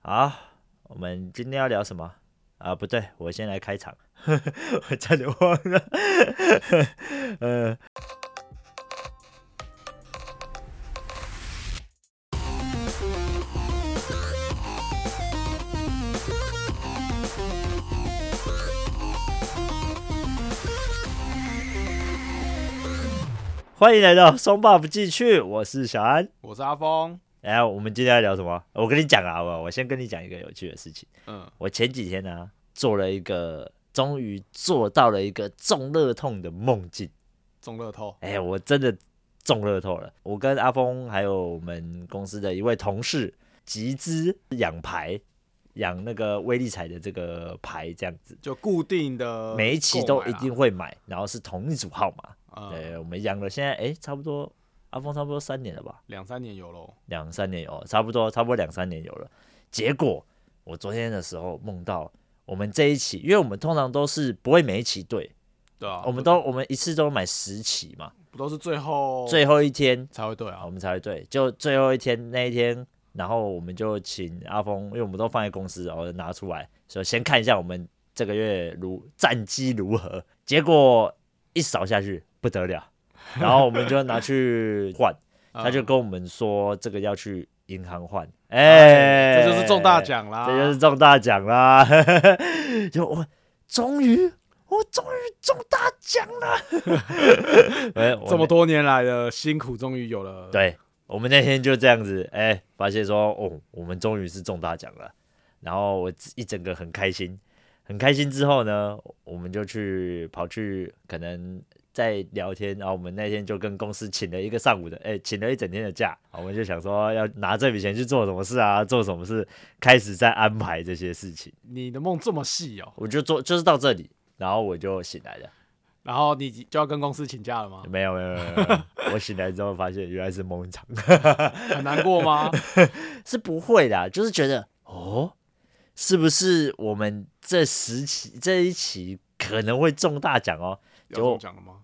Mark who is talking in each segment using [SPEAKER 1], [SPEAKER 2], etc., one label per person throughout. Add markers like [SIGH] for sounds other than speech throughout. [SPEAKER 1] 好，我们今天要聊什么？啊，不对，我先来开场， [LAUGHS] 我差点忘了。 [LAUGHS] 呃，欢迎来到松爸不进去，我是小安。
[SPEAKER 2] 我是阿峰。
[SPEAKER 1] 哎，我们今天要聊什么？我跟你讲啊，我我先跟你讲一个有趣的事情。
[SPEAKER 2] 嗯，
[SPEAKER 1] 我前几天呢、啊做了一个，终于做到了一个中乐痛的梦境。
[SPEAKER 2] 中乐透，
[SPEAKER 1] 哎，我真的中乐透了。我跟阿峰还有我们公司的一位同事集资养牌，养那个威力彩的这个牌，这样子，
[SPEAKER 2] 就固定的
[SPEAKER 1] 每一期都一定
[SPEAKER 2] 购
[SPEAKER 1] 会买，然后是同一组号码。
[SPEAKER 2] 买啦，呃，
[SPEAKER 1] 对，我们养了现在哎，差不多阿峰差不多三年了吧。
[SPEAKER 2] 两三年有喽。
[SPEAKER 1] 两三年有，差不多差不多两三年有了。结果我昨天的时候梦到我们这一期，因为我们通常都是不会每一期对，
[SPEAKER 2] 对啊，
[SPEAKER 1] 我们都我们一次都买十期嘛，
[SPEAKER 2] 不都是最后
[SPEAKER 1] 最后一天
[SPEAKER 2] 才会对
[SPEAKER 1] 啊
[SPEAKER 2] 啊
[SPEAKER 1] 我。们才会对，就最后一天那一天，然后我们就请阿峰，因为我们都放在公司，然后拿出来，所以先看一下我们这个月如战绩如何。结果一扫下去不得了，然后我们就拿去换。他就
[SPEAKER 2] 嗯啊
[SPEAKER 1] 跟我们说这个要去银行换，哎、
[SPEAKER 2] 哎，这就是中大，奖啦，
[SPEAKER 1] 这就是中大奖啦！ [LAUGHS] 就我终于，我终于中大奖
[SPEAKER 2] [LAUGHS]
[SPEAKER 1] 了！哎，我
[SPEAKER 2] 这么
[SPEAKER 1] 们
[SPEAKER 2] 多年来的辛苦，终于有了。，
[SPEAKER 1] 对，我们那天就这样子，哎、发现说哦，我们终于是中大奖了，然后我一整个很开心，很开心之后呢，我们就去跑去可能。在聊天，然后我们那天就跟公司请了一个上午的，哎、请了一整天的假，我们就想说要拿这笔钱去做什么事啊，做什么事，开始在安排这些事情，
[SPEAKER 2] 你的梦这么细哦，
[SPEAKER 1] 我就做就是到这里，然后我就醒来了，
[SPEAKER 2] 然后你就要跟公司请假了吗？
[SPEAKER 1] 没有没有没有，没有我醒来之后发现原来是梦一场。
[SPEAKER 2] 很难
[SPEAKER 1] [LAUGHS]
[SPEAKER 2] 过吗？
[SPEAKER 1] 是不会的，啊就是觉得哦，是不是我们这十期这一期可能会中大奖哦？
[SPEAKER 2] 有中奖了吗？
[SPEAKER 1] 哦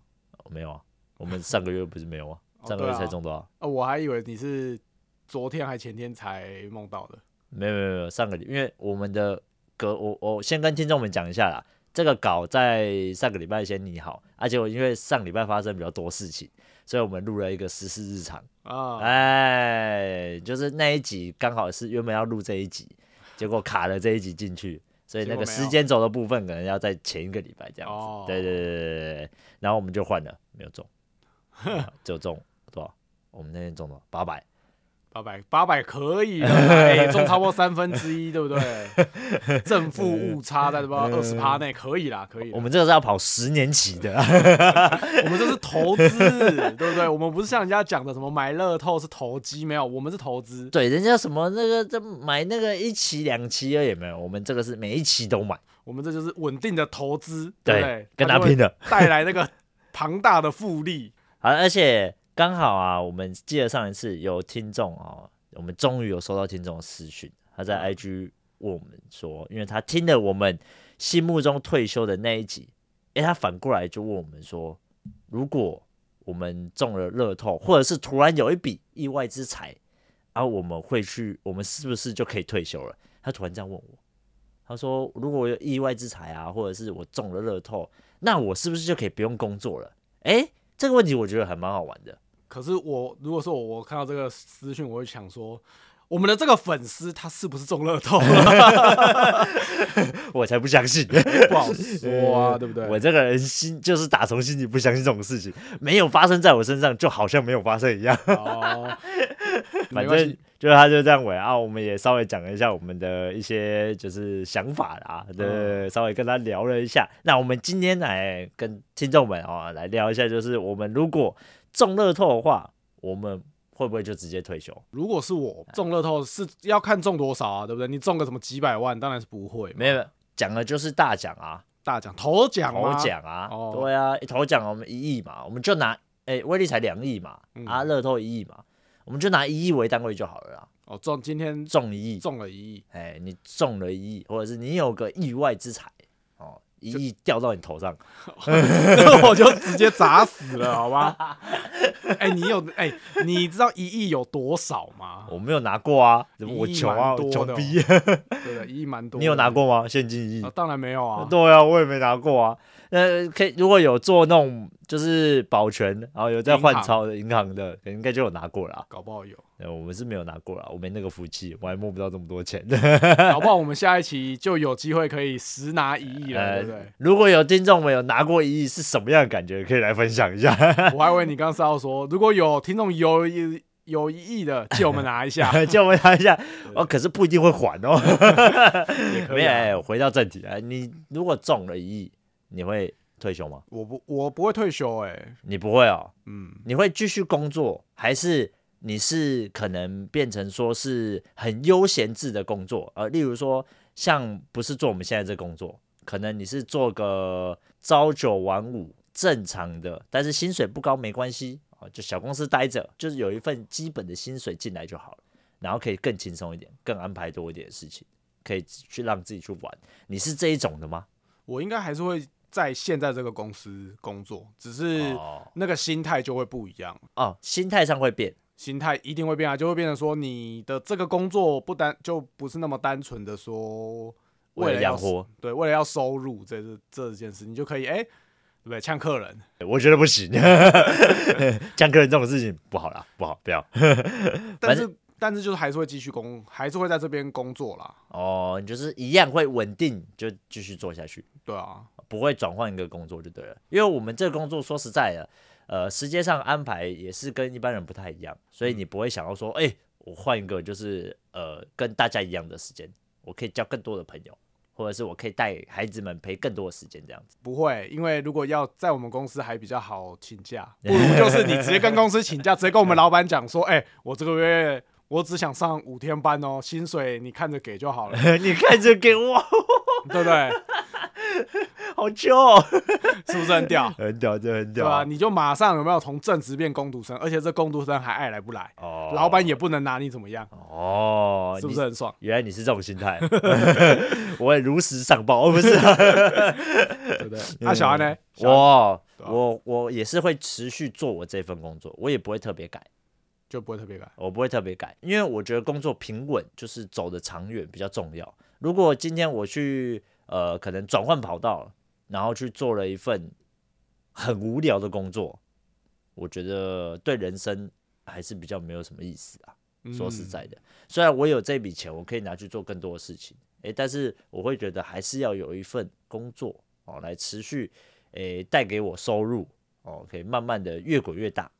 [SPEAKER 1] 没有啊，我们上个月不是没有
[SPEAKER 2] [LAUGHS]
[SPEAKER 1] 啊，
[SPEAKER 2] 哦
[SPEAKER 1] 上个月
[SPEAKER 2] 对啊
[SPEAKER 1] 才中多少？
[SPEAKER 2] 呃，我还以为你是昨天还前天才梦到的。
[SPEAKER 1] 没有没有没有，上个礼，因为我们的歌，我我先跟听众们讲一下啦，这个稿在上个礼拜先拟好，而且我因为上礼拜发生比较多事情，所以我们录了一个时事日常。
[SPEAKER 2] 啊，
[SPEAKER 1] 哎，就是那一集刚好是原本要录这一集，结果卡了这一集进去，所以那个
[SPEAKER 2] 结果没有
[SPEAKER 1] 时间轴的部分可能要在前一个礼拜这样子。
[SPEAKER 2] 哦
[SPEAKER 1] 对对对对对对对然后我们就换了，没有
[SPEAKER 2] [LAUGHS]
[SPEAKER 1] 中，只有中多少？我们那天中了八百，
[SPEAKER 2] 八百八百可
[SPEAKER 1] [LAUGHS]
[SPEAKER 2] 以的啦，哎，中超过三分之一，对不对？
[SPEAKER 1] [LAUGHS]
[SPEAKER 2] 正负误差在不知道二十趴内，可以啦，可以啦。
[SPEAKER 1] 嗯我们这个是要跑十年期的、 [LAUGHS]
[SPEAKER 2] 我们这是投资，对不对？我们不是像人家讲的什么买乐透是投机，没有，我们是投资。
[SPEAKER 1] 对，人家什么那个这买那个一期两期而已没有，我们这个是每一期都买，
[SPEAKER 2] 我们这就是稳定的投资，
[SPEAKER 1] 对
[SPEAKER 2] 对不对？
[SPEAKER 1] 跟他拼
[SPEAKER 2] 的，
[SPEAKER 1] 了。
[SPEAKER 2] 带来那个庞大的复利。
[SPEAKER 1] 好，而且刚好啊，我们记得上一次有听众哦，我们终于有收到听众的私讯，他在 IG 问我们说，因为他听了我们心目中退休的那一集，诶，他反过来就问我们说，如果我们中了乐透，或者是突然有一笔意外之财，啊，我们会去，我们是不是就可以退休了？他突然这样问我。他说：“如果我有意外之财啊，或者是我中了乐透，那我是不是就可以不用工作了？”诶。这个问题我觉得还蛮好玩的。 [LAUGHS]
[SPEAKER 2] 可是我如果说我我看到这个私讯，我会想说，我们的这个粉丝他是不是中乐透了？
[SPEAKER 1] [LAUGHS] 我才不相信，
[SPEAKER 2] 不好说啊，对不对？
[SPEAKER 1] 我这个人心就是打从心里不相信这种事情，没有发生在我身上，就好像没有发生一样。 [LAUGHS]
[SPEAKER 2] 哦， [LAUGHS] 没
[SPEAKER 1] 反
[SPEAKER 2] 关
[SPEAKER 1] 正
[SPEAKER 2] 系，
[SPEAKER 1] 就是他就这样尾啊，我们也稍微讲了一下我们的一些就是想法啦，对，
[SPEAKER 2] 嗯
[SPEAKER 1] 稍微跟他聊了一下。那我们今天来跟听众们啊、哦、来聊一下，就是我们如果中乐透的话，我们会不会就直接退休？
[SPEAKER 2] 如果是我
[SPEAKER 1] 哎
[SPEAKER 2] 中乐透，是要看中多少啊，对不对？你中个什么几百万，当然是不会嘛
[SPEAKER 1] 没有，讲的就是大奖啊，
[SPEAKER 2] 大奖头奖
[SPEAKER 1] 头
[SPEAKER 2] 吗？
[SPEAKER 1] 奖啊，
[SPEAKER 2] 哦
[SPEAKER 1] 对啊，一头奖我们一亿嘛，我们就拿哎、威力才两亿嘛，
[SPEAKER 2] 嗯
[SPEAKER 1] 啊乐透一亿嘛，我们就拿一亿为单位就好了啦，
[SPEAKER 2] 哦，中
[SPEAKER 1] [LAUGHS]
[SPEAKER 2] 今天
[SPEAKER 1] 中一亿，
[SPEAKER 2] 中了一亿。 [LAUGHS]
[SPEAKER 1] 哎、你中了一亿，或者是你有个意外之财哦，一亿掉到你头上，
[SPEAKER 2] 那我就直接砸死了，
[SPEAKER 1] [LAUGHS]
[SPEAKER 2] 好吧？哎、你有哎、你知道一亿有多少吗？
[SPEAKER 1] 我没有拿过啊，
[SPEAKER 2] 一亿
[SPEAKER 1] 我穷啊，
[SPEAKER 2] 蛮多
[SPEAKER 1] 我
[SPEAKER 2] 的
[SPEAKER 1] 穷
[SPEAKER 2] 哦
[SPEAKER 1] 逼。
[SPEAKER 2] 对的，一亿蛮多。
[SPEAKER 1] 你有拿？过吗？现金一亿
[SPEAKER 2] 啊、？当然没有啊。
[SPEAKER 1] 对啊，我也没拿过啊。那可以，如果有做那种就是保全，然后有在换钞的银行的，应该就有拿过啦。
[SPEAKER 2] 搞不好有，
[SPEAKER 1] 呃我们是没有拿过啦，我没那个福气，我还摸不到这么多钱。
[SPEAKER 2] 搞不好我们下一期就有机会可以十拿一亿了，
[SPEAKER 1] 呃
[SPEAKER 2] 对不对？
[SPEAKER 1] 如果有听众们有拿过一亿是什么样的感觉，可以来分享一
[SPEAKER 2] [LAUGHS]
[SPEAKER 1] 下。
[SPEAKER 2] 我还以为你刚刚是要说，如果有听众有一有一亿的，借我们拿
[SPEAKER 1] [LAUGHS]
[SPEAKER 2] 一下，
[SPEAKER 1] 借我们拿一下哦，可是不一定会还哦。
[SPEAKER 2] 也
[SPEAKER 1] [LAUGHS]
[SPEAKER 2] 可
[SPEAKER 1] 没
[SPEAKER 2] 以、
[SPEAKER 1] 有、
[SPEAKER 2] 啊。
[SPEAKER 1] 哎回到正题啊，你如果中了一亿，你会退休吗？
[SPEAKER 2] 我不，我不会退休、哎，
[SPEAKER 1] 你不会哦，
[SPEAKER 2] 嗯，
[SPEAKER 1] 你会继续工作，还是你是可能变成说是很悠闲制的工作？呃，例如说像不是做我们现在这工作，可能你是做个朝九晚五正常的，但是薪水不高没关系啊，就小公司待着，就是有一份基本的薪水进来就好了，然后可以更轻松一点，更安排多一点的事情，可以去让自己去玩。你是这一种的吗？
[SPEAKER 2] 我应该还是会在现在这个公司工作，只是
[SPEAKER 1] 哦
[SPEAKER 2] 那个心态就会不一样。
[SPEAKER 1] 哦，心态上会变，
[SPEAKER 2] 心态一定会变啊，就会变成说你的这个工作不单就不是那么单纯的说
[SPEAKER 1] 为了
[SPEAKER 2] 了
[SPEAKER 1] 养
[SPEAKER 2] 要
[SPEAKER 1] 活，
[SPEAKER 2] 对为了要收入这这这件事，你就可以哎、对不对？呛客人，
[SPEAKER 1] 我觉得不行，讲客人这种事情不好啦，不好，不要。
[SPEAKER 2] 但是但是就是还是会继续工，还是会在这边工作啦，
[SPEAKER 1] 哦，你就是一样会稳定，就继续做下去，
[SPEAKER 2] 对啊，
[SPEAKER 1] 不会转换一个工作就对了。因为我们这个工作说实在的，呃，时间上安排也是跟一般人不太一样，所以你不会想要说，哎、我换一个就是呃跟大家一样的时间，我可以交更多的朋友，或者是我可以带孩子们陪更多的时间这样子。
[SPEAKER 2] 不会，因为如果要在我们公司还比较好请
[SPEAKER 1] [LAUGHS]
[SPEAKER 2] 假，不如就是你直接跟公司请假，直接跟我们老板讲说，哎、我这个月我只想上五天班哦，薪水你看着给就好了，
[SPEAKER 1] [LAUGHS]
[SPEAKER 2] [LAUGHS]
[SPEAKER 1] 你看这给我，
[SPEAKER 2] 对不对？
[SPEAKER 1] 好糗、哦，
[SPEAKER 2] 是不是很屌？
[SPEAKER 1] 很 [LAUGHS] 屌，真的很
[SPEAKER 2] 对
[SPEAKER 1] 屌
[SPEAKER 2] 吧、你就马上有没有从正职变工读生，而且这工读生还爱来不来，
[SPEAKER 1] 哦
[SPEAKER 2] 啊老板也不能拿你怎么样，
[SPEAKER 1] 哦，
[SPEAKER 2] 是不
[SPEAKER 1] 你
[SPEAKER 2] 是
[SPEAKER 1] [LAUGHS]
[SPEAKER 2] 很爽？
[SPEAKER 1] 原来你是这种心
[SPEAKER 2] [LAUGHS]
[SPEAKER 1] 态， [LAUGHS] 我也如实上报，哦，不是、啊，
[SPEAKER 2] 对不对？那、小安呢？小安
[SPEAKER 1] 我
[SPEAKER 2] 对啊
[SPEAKER 1] 我我也是会持续做我这份工作，我也不会特别改，
[SPEAKER 2] 就不会特别改，
[SPEAKER 1] 我不会特别改，因为我觉得工作平稳就是走的长远比较重要。如果今天我去呃可能转换跑道，然后去做了一份很无聊的工作，我觉得对人生还是比较没有什么意思啊。
[SPEAKER 2] 嗯
[SPEAKER 1] 说实在的，虽然我有这笔钱，我可以拿去做更多的事情，诶，但是我会觉得还是要有一份工作哦，来持续诶带给我收入哦，可以慢慢的越滚越大，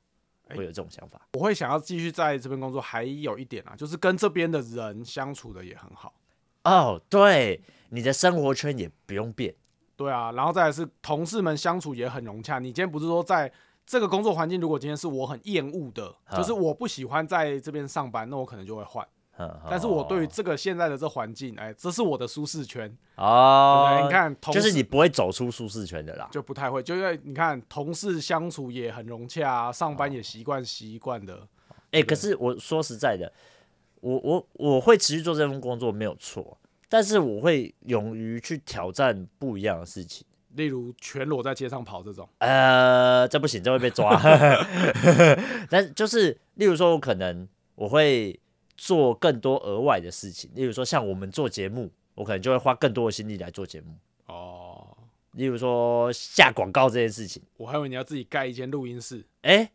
[SPEAKER 2] 诶
[SPEAKER 1] 会有这种想法。
[SPEAKER 2] 我会想要继续在这边工作，还有一点啊，就是跟这边的人相处的也很好。
[SPEAKER 1] 哦，对，你的生活圈也不用变，
[SPEAKER 2] 对啊，然后再来是同事们相处也很融洽。你今天不是说在这个工作环境，如果今天是我很厌恶的，
[SPEAKER 1] 啊
[SPEAKER 2] 就是我不喜欢在这边上班，那我可能就会换。
[SPEAKER 1] 嗯，
[SPEAKER 2] 但是我对于
[SPEAKER 1] 哦
[SPEAKER 2] 这个现在的这环境，哎，这是我的舒适圈，对不
[SPEAKER 1] 哦，
[SPEAKER 2] 对？你看，同
[SPEAKER 1] 就是
[SPEAKER 2] 事
[SPEAKER 1] 你不会走出舒适圈的啦。
[SPEAKER 2] 就不太会，就因为你看同事相处也很融洽啊，上班也习惯习惯的，
[SPEAKER 1] 哎、可是我说实在的，我我我会持续做这份工作没有错，但是我会勇于去挑战不一样的事情。
[SPEAKER 2] 例如全裸在街上跑这种，
[SPEAKER 1] 呃，这不行，这会被
[SPEAKER 2] [LAUGHS]
[SPEAKER 1] 抓。 [LAUGHS] 但就是，例如说，我可能我会做更多额外的事情，例如说像我们做节目，我可能就会花更多的心力来做节目，
[SPEAKER 2] 哦，
[SPEAKER 1] 例如说下广告这件事情。
[SPEAKER 2] 我还以为你要自己盖一间录音室
[SPEAKER 1] 哎，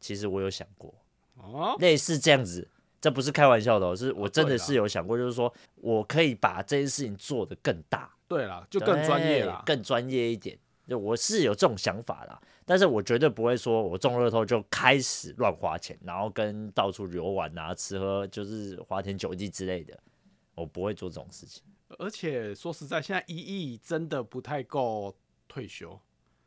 [SPEAKER 1] 其实我有想过
[SPEAKER 2] 哦，
[SPEAKER 1] 类似这样子。这不是开玩笑的、哦，是我真
[SPEAKER 2] 对
[SPEAKER 1] 的
[SPEAKER 2] 啦
[SPEAKER 1] 是有想过，就是说我可以把这件事情做得更大，
[SPEAKER 2] 对啦，就更专业啦
[SPEAKER 1] 对，更专业一点。就我是有这种想法啦，但是我绝对不会说我中乐透就开始乱花钱，然后跟到处游玩啊、吃喝，就是花天酒地之类的，我不会做这种事情。
[SPEAKER 2] 而且说实在，现在一亿真的不太够退休，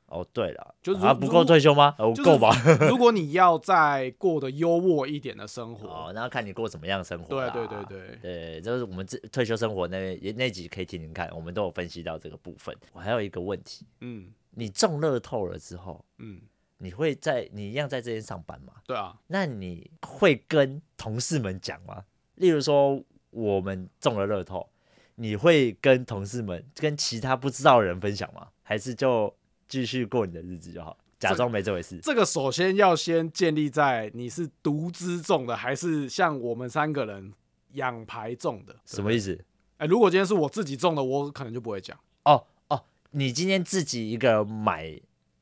[SPEAKER 1] 哦，对了，
[SPEAKER 2] 就是
[SPEAKER 1] 啊，
[SPEAKER 2] 如
[SPEAKER 1] 不
[SPEAKER 2] 如
[SPEAKER 1] 够退休吗？哦，
[SPEAKER 2] 就是
[SPEAKER 1] 够吧？
[SPEAKER 2] [LAUGHS] 如果你要再过得优渥一点的生活，
[SPEAKER 1] 哦，那要啊看你过怎么样的生活
[SPEAKER 2] 对
[SPEAKER 1] 啦。
[SPEAKER 2] 对对对，
[SPEAKER 1] 对，就是我们这退休生活那也那集可以听听看，我们都有分析到这个部分。我还有一个问题，
[SPEAKER 2] 嗯
[SPEAKER 1] 你中乐透了之后，
[SPEAKER 2] 嗯，
[SPEAKER 1] 你会在你一样在这边上班吗？
[SPEAKER 2] 对啊，
[SPEAKER 1] 那你会跟同事们讲吗？例如说，我们中了乐透，你会跟同事们、跟其他不知道的人分享吗？还是就继续过你的日子就好，假装没这回事？
[SPEAKER 2] 这个首先要先建立在你是独资种的，还是像我们三个人养牌种的？
[SPEAKER 1] 什么意思？
[SPEAKER 2] 哎、如果今天是我自己种的，我可能就不会讲。
[SPEAKER 1] 哦哦，你今天自己一个人买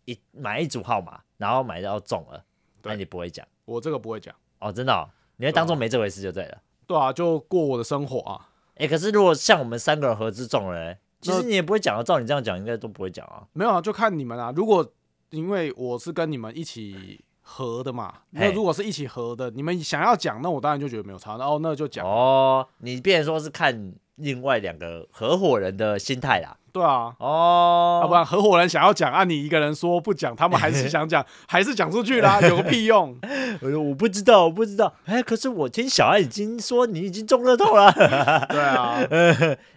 [SPEAKER 1] 一买一组号码，然后买到中了，那
[SPEAKER 2] 对啊
[SPEAKER 1] 你不会讲
[SPEAKER 2] 我这个不会讲，
[SPEAKER 1] 哦，真的、哦，你会当做没这回事就对了。
[SPEAKER 2] 对啊，就过我的生活啊，
[SPEAKER 1] 哎、可是如果像我们三个人合资中了、欸，其
[SPEAKER 2] 那
[SPEAKER 1] 实你也不会讲啊。照你这样讲，应该都不会讲啊。
[SPEAKER 2] 没有啊，就看你们啊。如果因为我是跟你们一起合的嘛，
[SPEAKER 1] 嘿
[SPEAKER 2] 那如果是一起合的，你们想要讲，那我当然就觉得没有差，那哦，那就讲。
[SPEAKER 1] 哦，你变成说是看另外两个合伙人的心态啦。
[SPEAKER 2] 对啊，
[SPEAKER 1] 哦，
[SPEAKER 2] 要不然合伙人想要讲，啊，你一个人说不讲，他们还是想讲，还是讲出
[SPEAKER 1] [LAUGHS]
[SPEAKER 2] 去啦，有个屁用。
[SPEAKER 1] 我哎说我不知道，我不知道。哎、可是我听小爱已经说你已经中乐透了。
[SPEAKER 2] [LAUGHS] 对啊，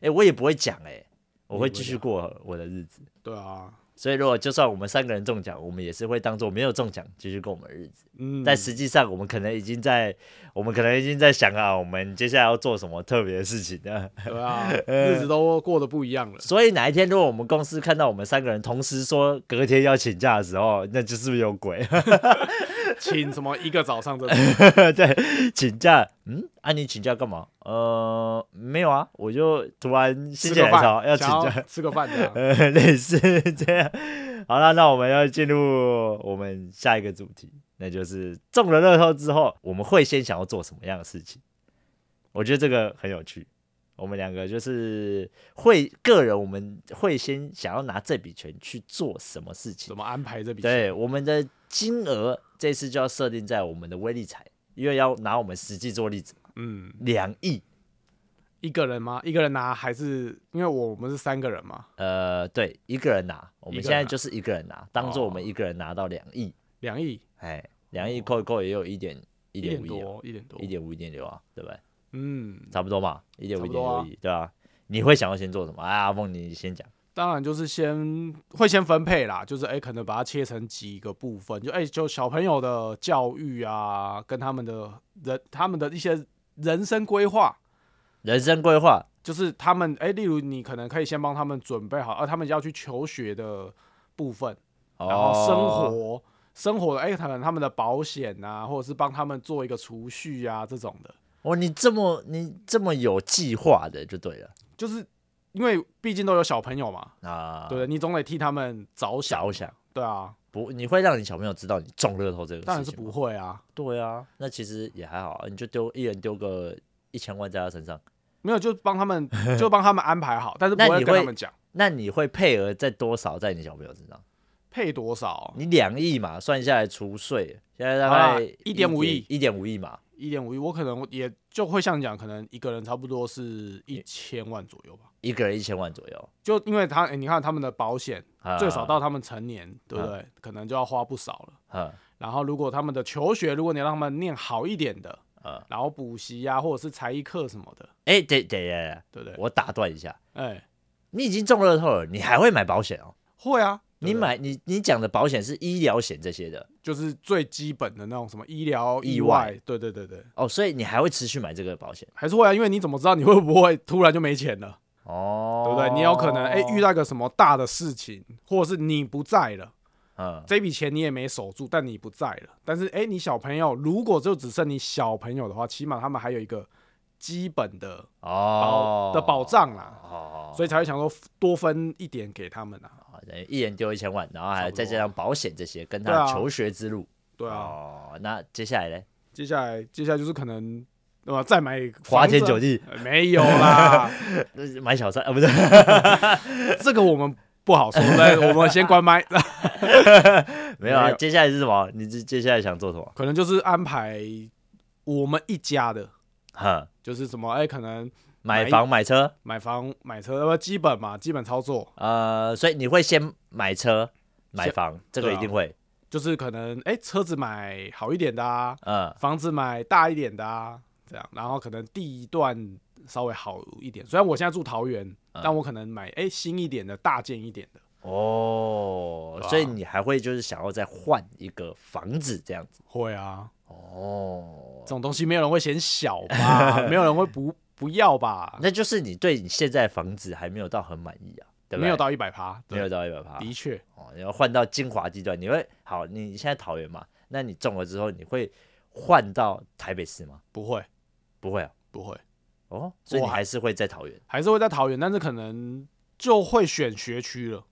[SPEAKER 1] 哎、我也不会讲哎、我会
[SPEAKER 2] 你也不会
[SPEAKER 1] 继续过我的日子。
[SPEAKER 2] 对啊，
[SPEAKER 1] 所以如果就算我们三个人中奖，我们也是会当做没有中奖，继续过我们的日子。
[SPEAKER 2] 嗯，
[SPEAKER 1] 但实际上，我们可能已经在，我们可能已经在想啊，我们接下来要做什么特别的事情呢？
[SPEAKER 2] 对啊，
[SPEAKER 1] 呃
[SPEAKER 2] 日子都过得不一样了。
[SPEAKER 1] 所以哪一天如果我们公司看到我们三个人同时说隔天要请假的时候，那就是不是有鬼？ [LAUGHS]
[SPEAKER 2] 请什么一个早上的，
[SPEAKER 1] 对，请假，嗯，啊，你请假干嘛？呃，没有啊，我就突然心
[SPEAKER 2] 吃
[SPEAKER 1] 血
[SPEAKER 2] 个
[SPEAKER 1] 来潮
[SPEAKER 2] 饭，
[SPEAKER 1] 要请
[SPEAKER 2] 想要
[SPEAKER 1] 假，
[SPEAKER 2] 吃个饭
[SPEAKER 1] [LAUGHS]
[SPEAKER 2] 这样。
[SPEAKER 1] 呃，类似这样。好了，那我们要进入我们下一个主题，那就是中了乐透之后，我们会先想要做什么样的事情？我觉得这个很有趣。我们两个就是会个人，我们会先想要拿这笔钱去做什么事情
[SPEAKER 2] 怎？么安排这笔钱？
[SPEAKER 1] 对，我们的金额这次就要设定在我们的微利财，因为要拿我们实际做例子嘛，
[SPEAKER 2] 嗯，
[SPEAKER 1] 两亿。
[SPEAKER 2] 一个人吗？一个人拿还是因为我们是三个人嘛，
[SPEAKER 1] 呃，对，一个人拿，我
[SPEAKER 2] 一
[SPEAKER 1] 们
[SPEAKER 2] 个
[SPEAKER 1] 现在
[SPEAKER 2] 人拿
[SPEAKER 1] 就是一个人拿，当做我们
[SPEAKER 2] 哦
[SPEAKER 1] 一个人拿到两亿，
[SPEAKER 2] 两亿
[SPEAKER 1] 哎，两亿扣一扣也有一点一
[SPEAKER 2] 一
[SPEAKER 1] 点
[SPEAKER 2] 点
[SPEAKER 1] 五亿啊，
[SPEAKER 2] 多，一点多
[SPEAKER 1] 一，点五一点六啊，对不对？
[SPEAKER 2] 嗯，
[SPEAKER 1] 差不多嘛，一点五一
[SPEAKER 2] 差不
[SPEAKER 1] 点
[SPEAKER 2] 多
[SPEAKER 1] 六
[SPEAKER 2] 啊
[SPEAKER 1] 亿，对吧、你会想要先做什么？啊，阿凤，你先讲。
[SPEAKER 2] 当然就是先会先分配啦，就是哎、可能把它切成几个部分，就哎、就小朋友的教育啊，跟他们的人他们的一些人生规划，
[SPEAKER 1] 人生规划，
[SPEAKER 2] 就是他们哎、例如你可能可以先帮他们准备好，而、啊他们要去求学的部分，然后生
[SPEAKER 1] 哦，
[SPEAKER 2] 活、生活的哎、可能他们的保险啊，或者是帮他们做一个储蓄啊这种的，
[SPEAKER 1] 哦，你这么你这么有计划的就对了
[SPEAKER 2] 就是因为毕竟都有小朋友嘛，
[SPEAKER 1] 啊，
[SPEAKER 2] 对不对？你总得替他们着想，
[SPEAKER 1] 着想。
[SPEAKER 2] 对啊，
[SPEAKER 1] 不，你会让你小朋友知道你中乐透这个事情吗？
[SPEAKER 2] 当然是不会啊，
[SPEAKER 1] 对啊，那其实也还好啊，你就丢一人丢个一千万在他身上，
[SPEAKER 2] 没有就帮
[SPEAKER 1] [LAUGHS]
[SPEAKER 2] 他们就帮他们安排好，但是不
[SPEAKER 1] 那
[SPEAKER 2] 会
[SPEAKER 1] 你
[SPEAKER 2] 跟他
[SPEAKER 1] 会
[SPEAKER 2] 们讲
[SPEAKER 1] 那你会配额再多少在你小朋友身上？
[SPEAKER 2] 配多少，
[SPEAKER 1] 你两亿嘛，算下来除税，现在大
[SPEAKER 2] 好啦
[SPEAKER 1] 概
[SPEAKER 2] 1.5亿
[SPEAKER 1] 一点五亿嘛。
[SPEAKER 2] 一点五亿，我可能也就会像你讲，可能一个人差不多是一千万左右吧。
[SPEAKER 1] 一个人一千万左右，
[SPEAKER 2] 就因为他，哎你看他们的保险
[SPEAKER 1] 啊
[SPEAKER 2] 最少到他们成年，对不对？可能就要花不少了。
[SPEAKER 1] 啊
[SPEAKER 2] 然后如果他们的求学，如果你让他们念好一点的，
[SPEAKER 1] 啊！
[SPEAKER 2] 然后补习啊，或者是才艺课什么的，
[SPEAKER 1] 哎、等等等等，
[SPEAKER 2] 对不对？
[SPEAKER 1] 我打断一下，
[SPEAKER 2] 哎，
[SPEAKER 1] 你已经中乐透了，你还会买保险哦？
[SPEAKER 2] 会啊，对
[SPEAKER 1] 你
[SPEAKER 2] 不对
[SPEAKER 1] 买你你讲的保险是医疗险这些的
[SPEAKER 2] 就是最基本的那种什么医疗
[SPEAKER 1] 意
[SPEAKER 2] 意
[SPEAKER 1] 外
[SPEAKER 2] 外，对对对对，
[SPEAKER 1] 哦，所以你还会持续买这个保险
[SPEAKER 2] 还是会啊，因为你怎么知道你会不会突然就没钱了，
[SPEAKER 1] 哦？
[SPEAKER 2] 对不对？你有可能哎遇
[SPEAKER 1] 到
[SPEAKER 2] 到一个什么大的事情，或者是你不在了，
[SPEAKER 1] 嗯
[SPEAKER 2] 这笔钱你也没守住，但你不在了，但是哎你小朋友如果就只剩你小朋友的话，起码他们还有一个基本的保、
[SPEAKER 1] 哦
[SPEAKER 2] 的保障啦。
[SPEAKER 1] 哦，
[SPEAKER 2] 所以才会想说多分一点给他们啊。
[SPEAKER 1] 好等于一人丢一千万，然后还
[SPEAKER 2] 差不多
[SPEAKER 1] 再加上保险这些，跟
[SPEAKER 2] 对
[SPEAKER 1] 他
[SPEAKER 2] 啊
[SPEAKER 1] 求学之路。
[SPEAKER 2] 对啊，
[SPEAKER 1] 哦，那接下来呢？
[SPEAKER 2] 接下来接下来就是可能对吧，再买房子
[SPEAKER 1] 花天酒地，
[SPEAKER 2] 呃没有啦，
[SPEAKER 1] [LAUGHS] 呃买小三啊，不是
[SPEAKER 2] 这个我们不好说，但我们先关麦。 [LAUGHS]
[SPEAKER 1] 没有啊
[SPEAKER 2] 没？有
[SPEAKER 1] 接下来是什么？你接接下来想做什么？
[SPEAKER 2] 可能就是安排我们一家的，
[SPEAKER 1] 哈，
[SPEAKER 2] 就是什么哎、可能
[SPEAKER 1] 买
[SPEAKER 2] 买
[SPEAKER 1] 房买车，
[SPEAKER 2] 买房买车，呃，基本嘛，基本操作
[SPEAKER 1] 呃，所以你会先买车买
[SPEAKER 2] 先
[SPEAKER 1] 房，这个
[SPEAKER 2] 对
[SPEAKER 1] 一
[SPEAKER 2] 啊
[SPEAKER 1] 定会，
[SPEAKER 2] 就是可能哎、车子买好一点的啊，
[SPEAKER 1] 嗯，
[SPEAKER 2] 房子买大一点的啊，这样，然后可能地段稍微好一点。虽然我现在住桃园，
[SPEAKER 1] 嗯
[SPEAKER 2] 但我可能买哎、新一点的、大件一点的。
[SPEAKER 1] 哦，
[SPEAKER 2] 对啊
[SPEAKER 1] 所以你还会就是想要再换一个房子这样子，
[SPEAKER 2] 会啊，
[SPEAKER 1] 哦 [LAUGHS]
[SPEAKER 2] 这，种东西没有人会嫌小吧？没有人会不不要吧，
[SPEAKER 1] 那就是你对你现在房子还没有到很满意啊，对不对？
[SPEAKER 2] 没有到一百趴，
[SPEAKER 1] 没有
[SPEAKER 2] 对，
[SPEAKER 1] 到一百趴，
[SPEAKER 2] 的确，
[SPEAKER 1] 哦，你要换到精华地段，你会好，你现在桃园嘛，那你中了之后，你会换到台北市吗？
[SPEAKER 2] 不会，
[SPEAKER 1] 不会哦，
[SPEAKER 2] 不会，
[SPEAKER 1] 哦，所以你
[SPEAKER 2] 哇
[SPEAKER 1] 还是会在桃园
[SPEAKER 2] 还是会在桃园，但是可能就会选学区了，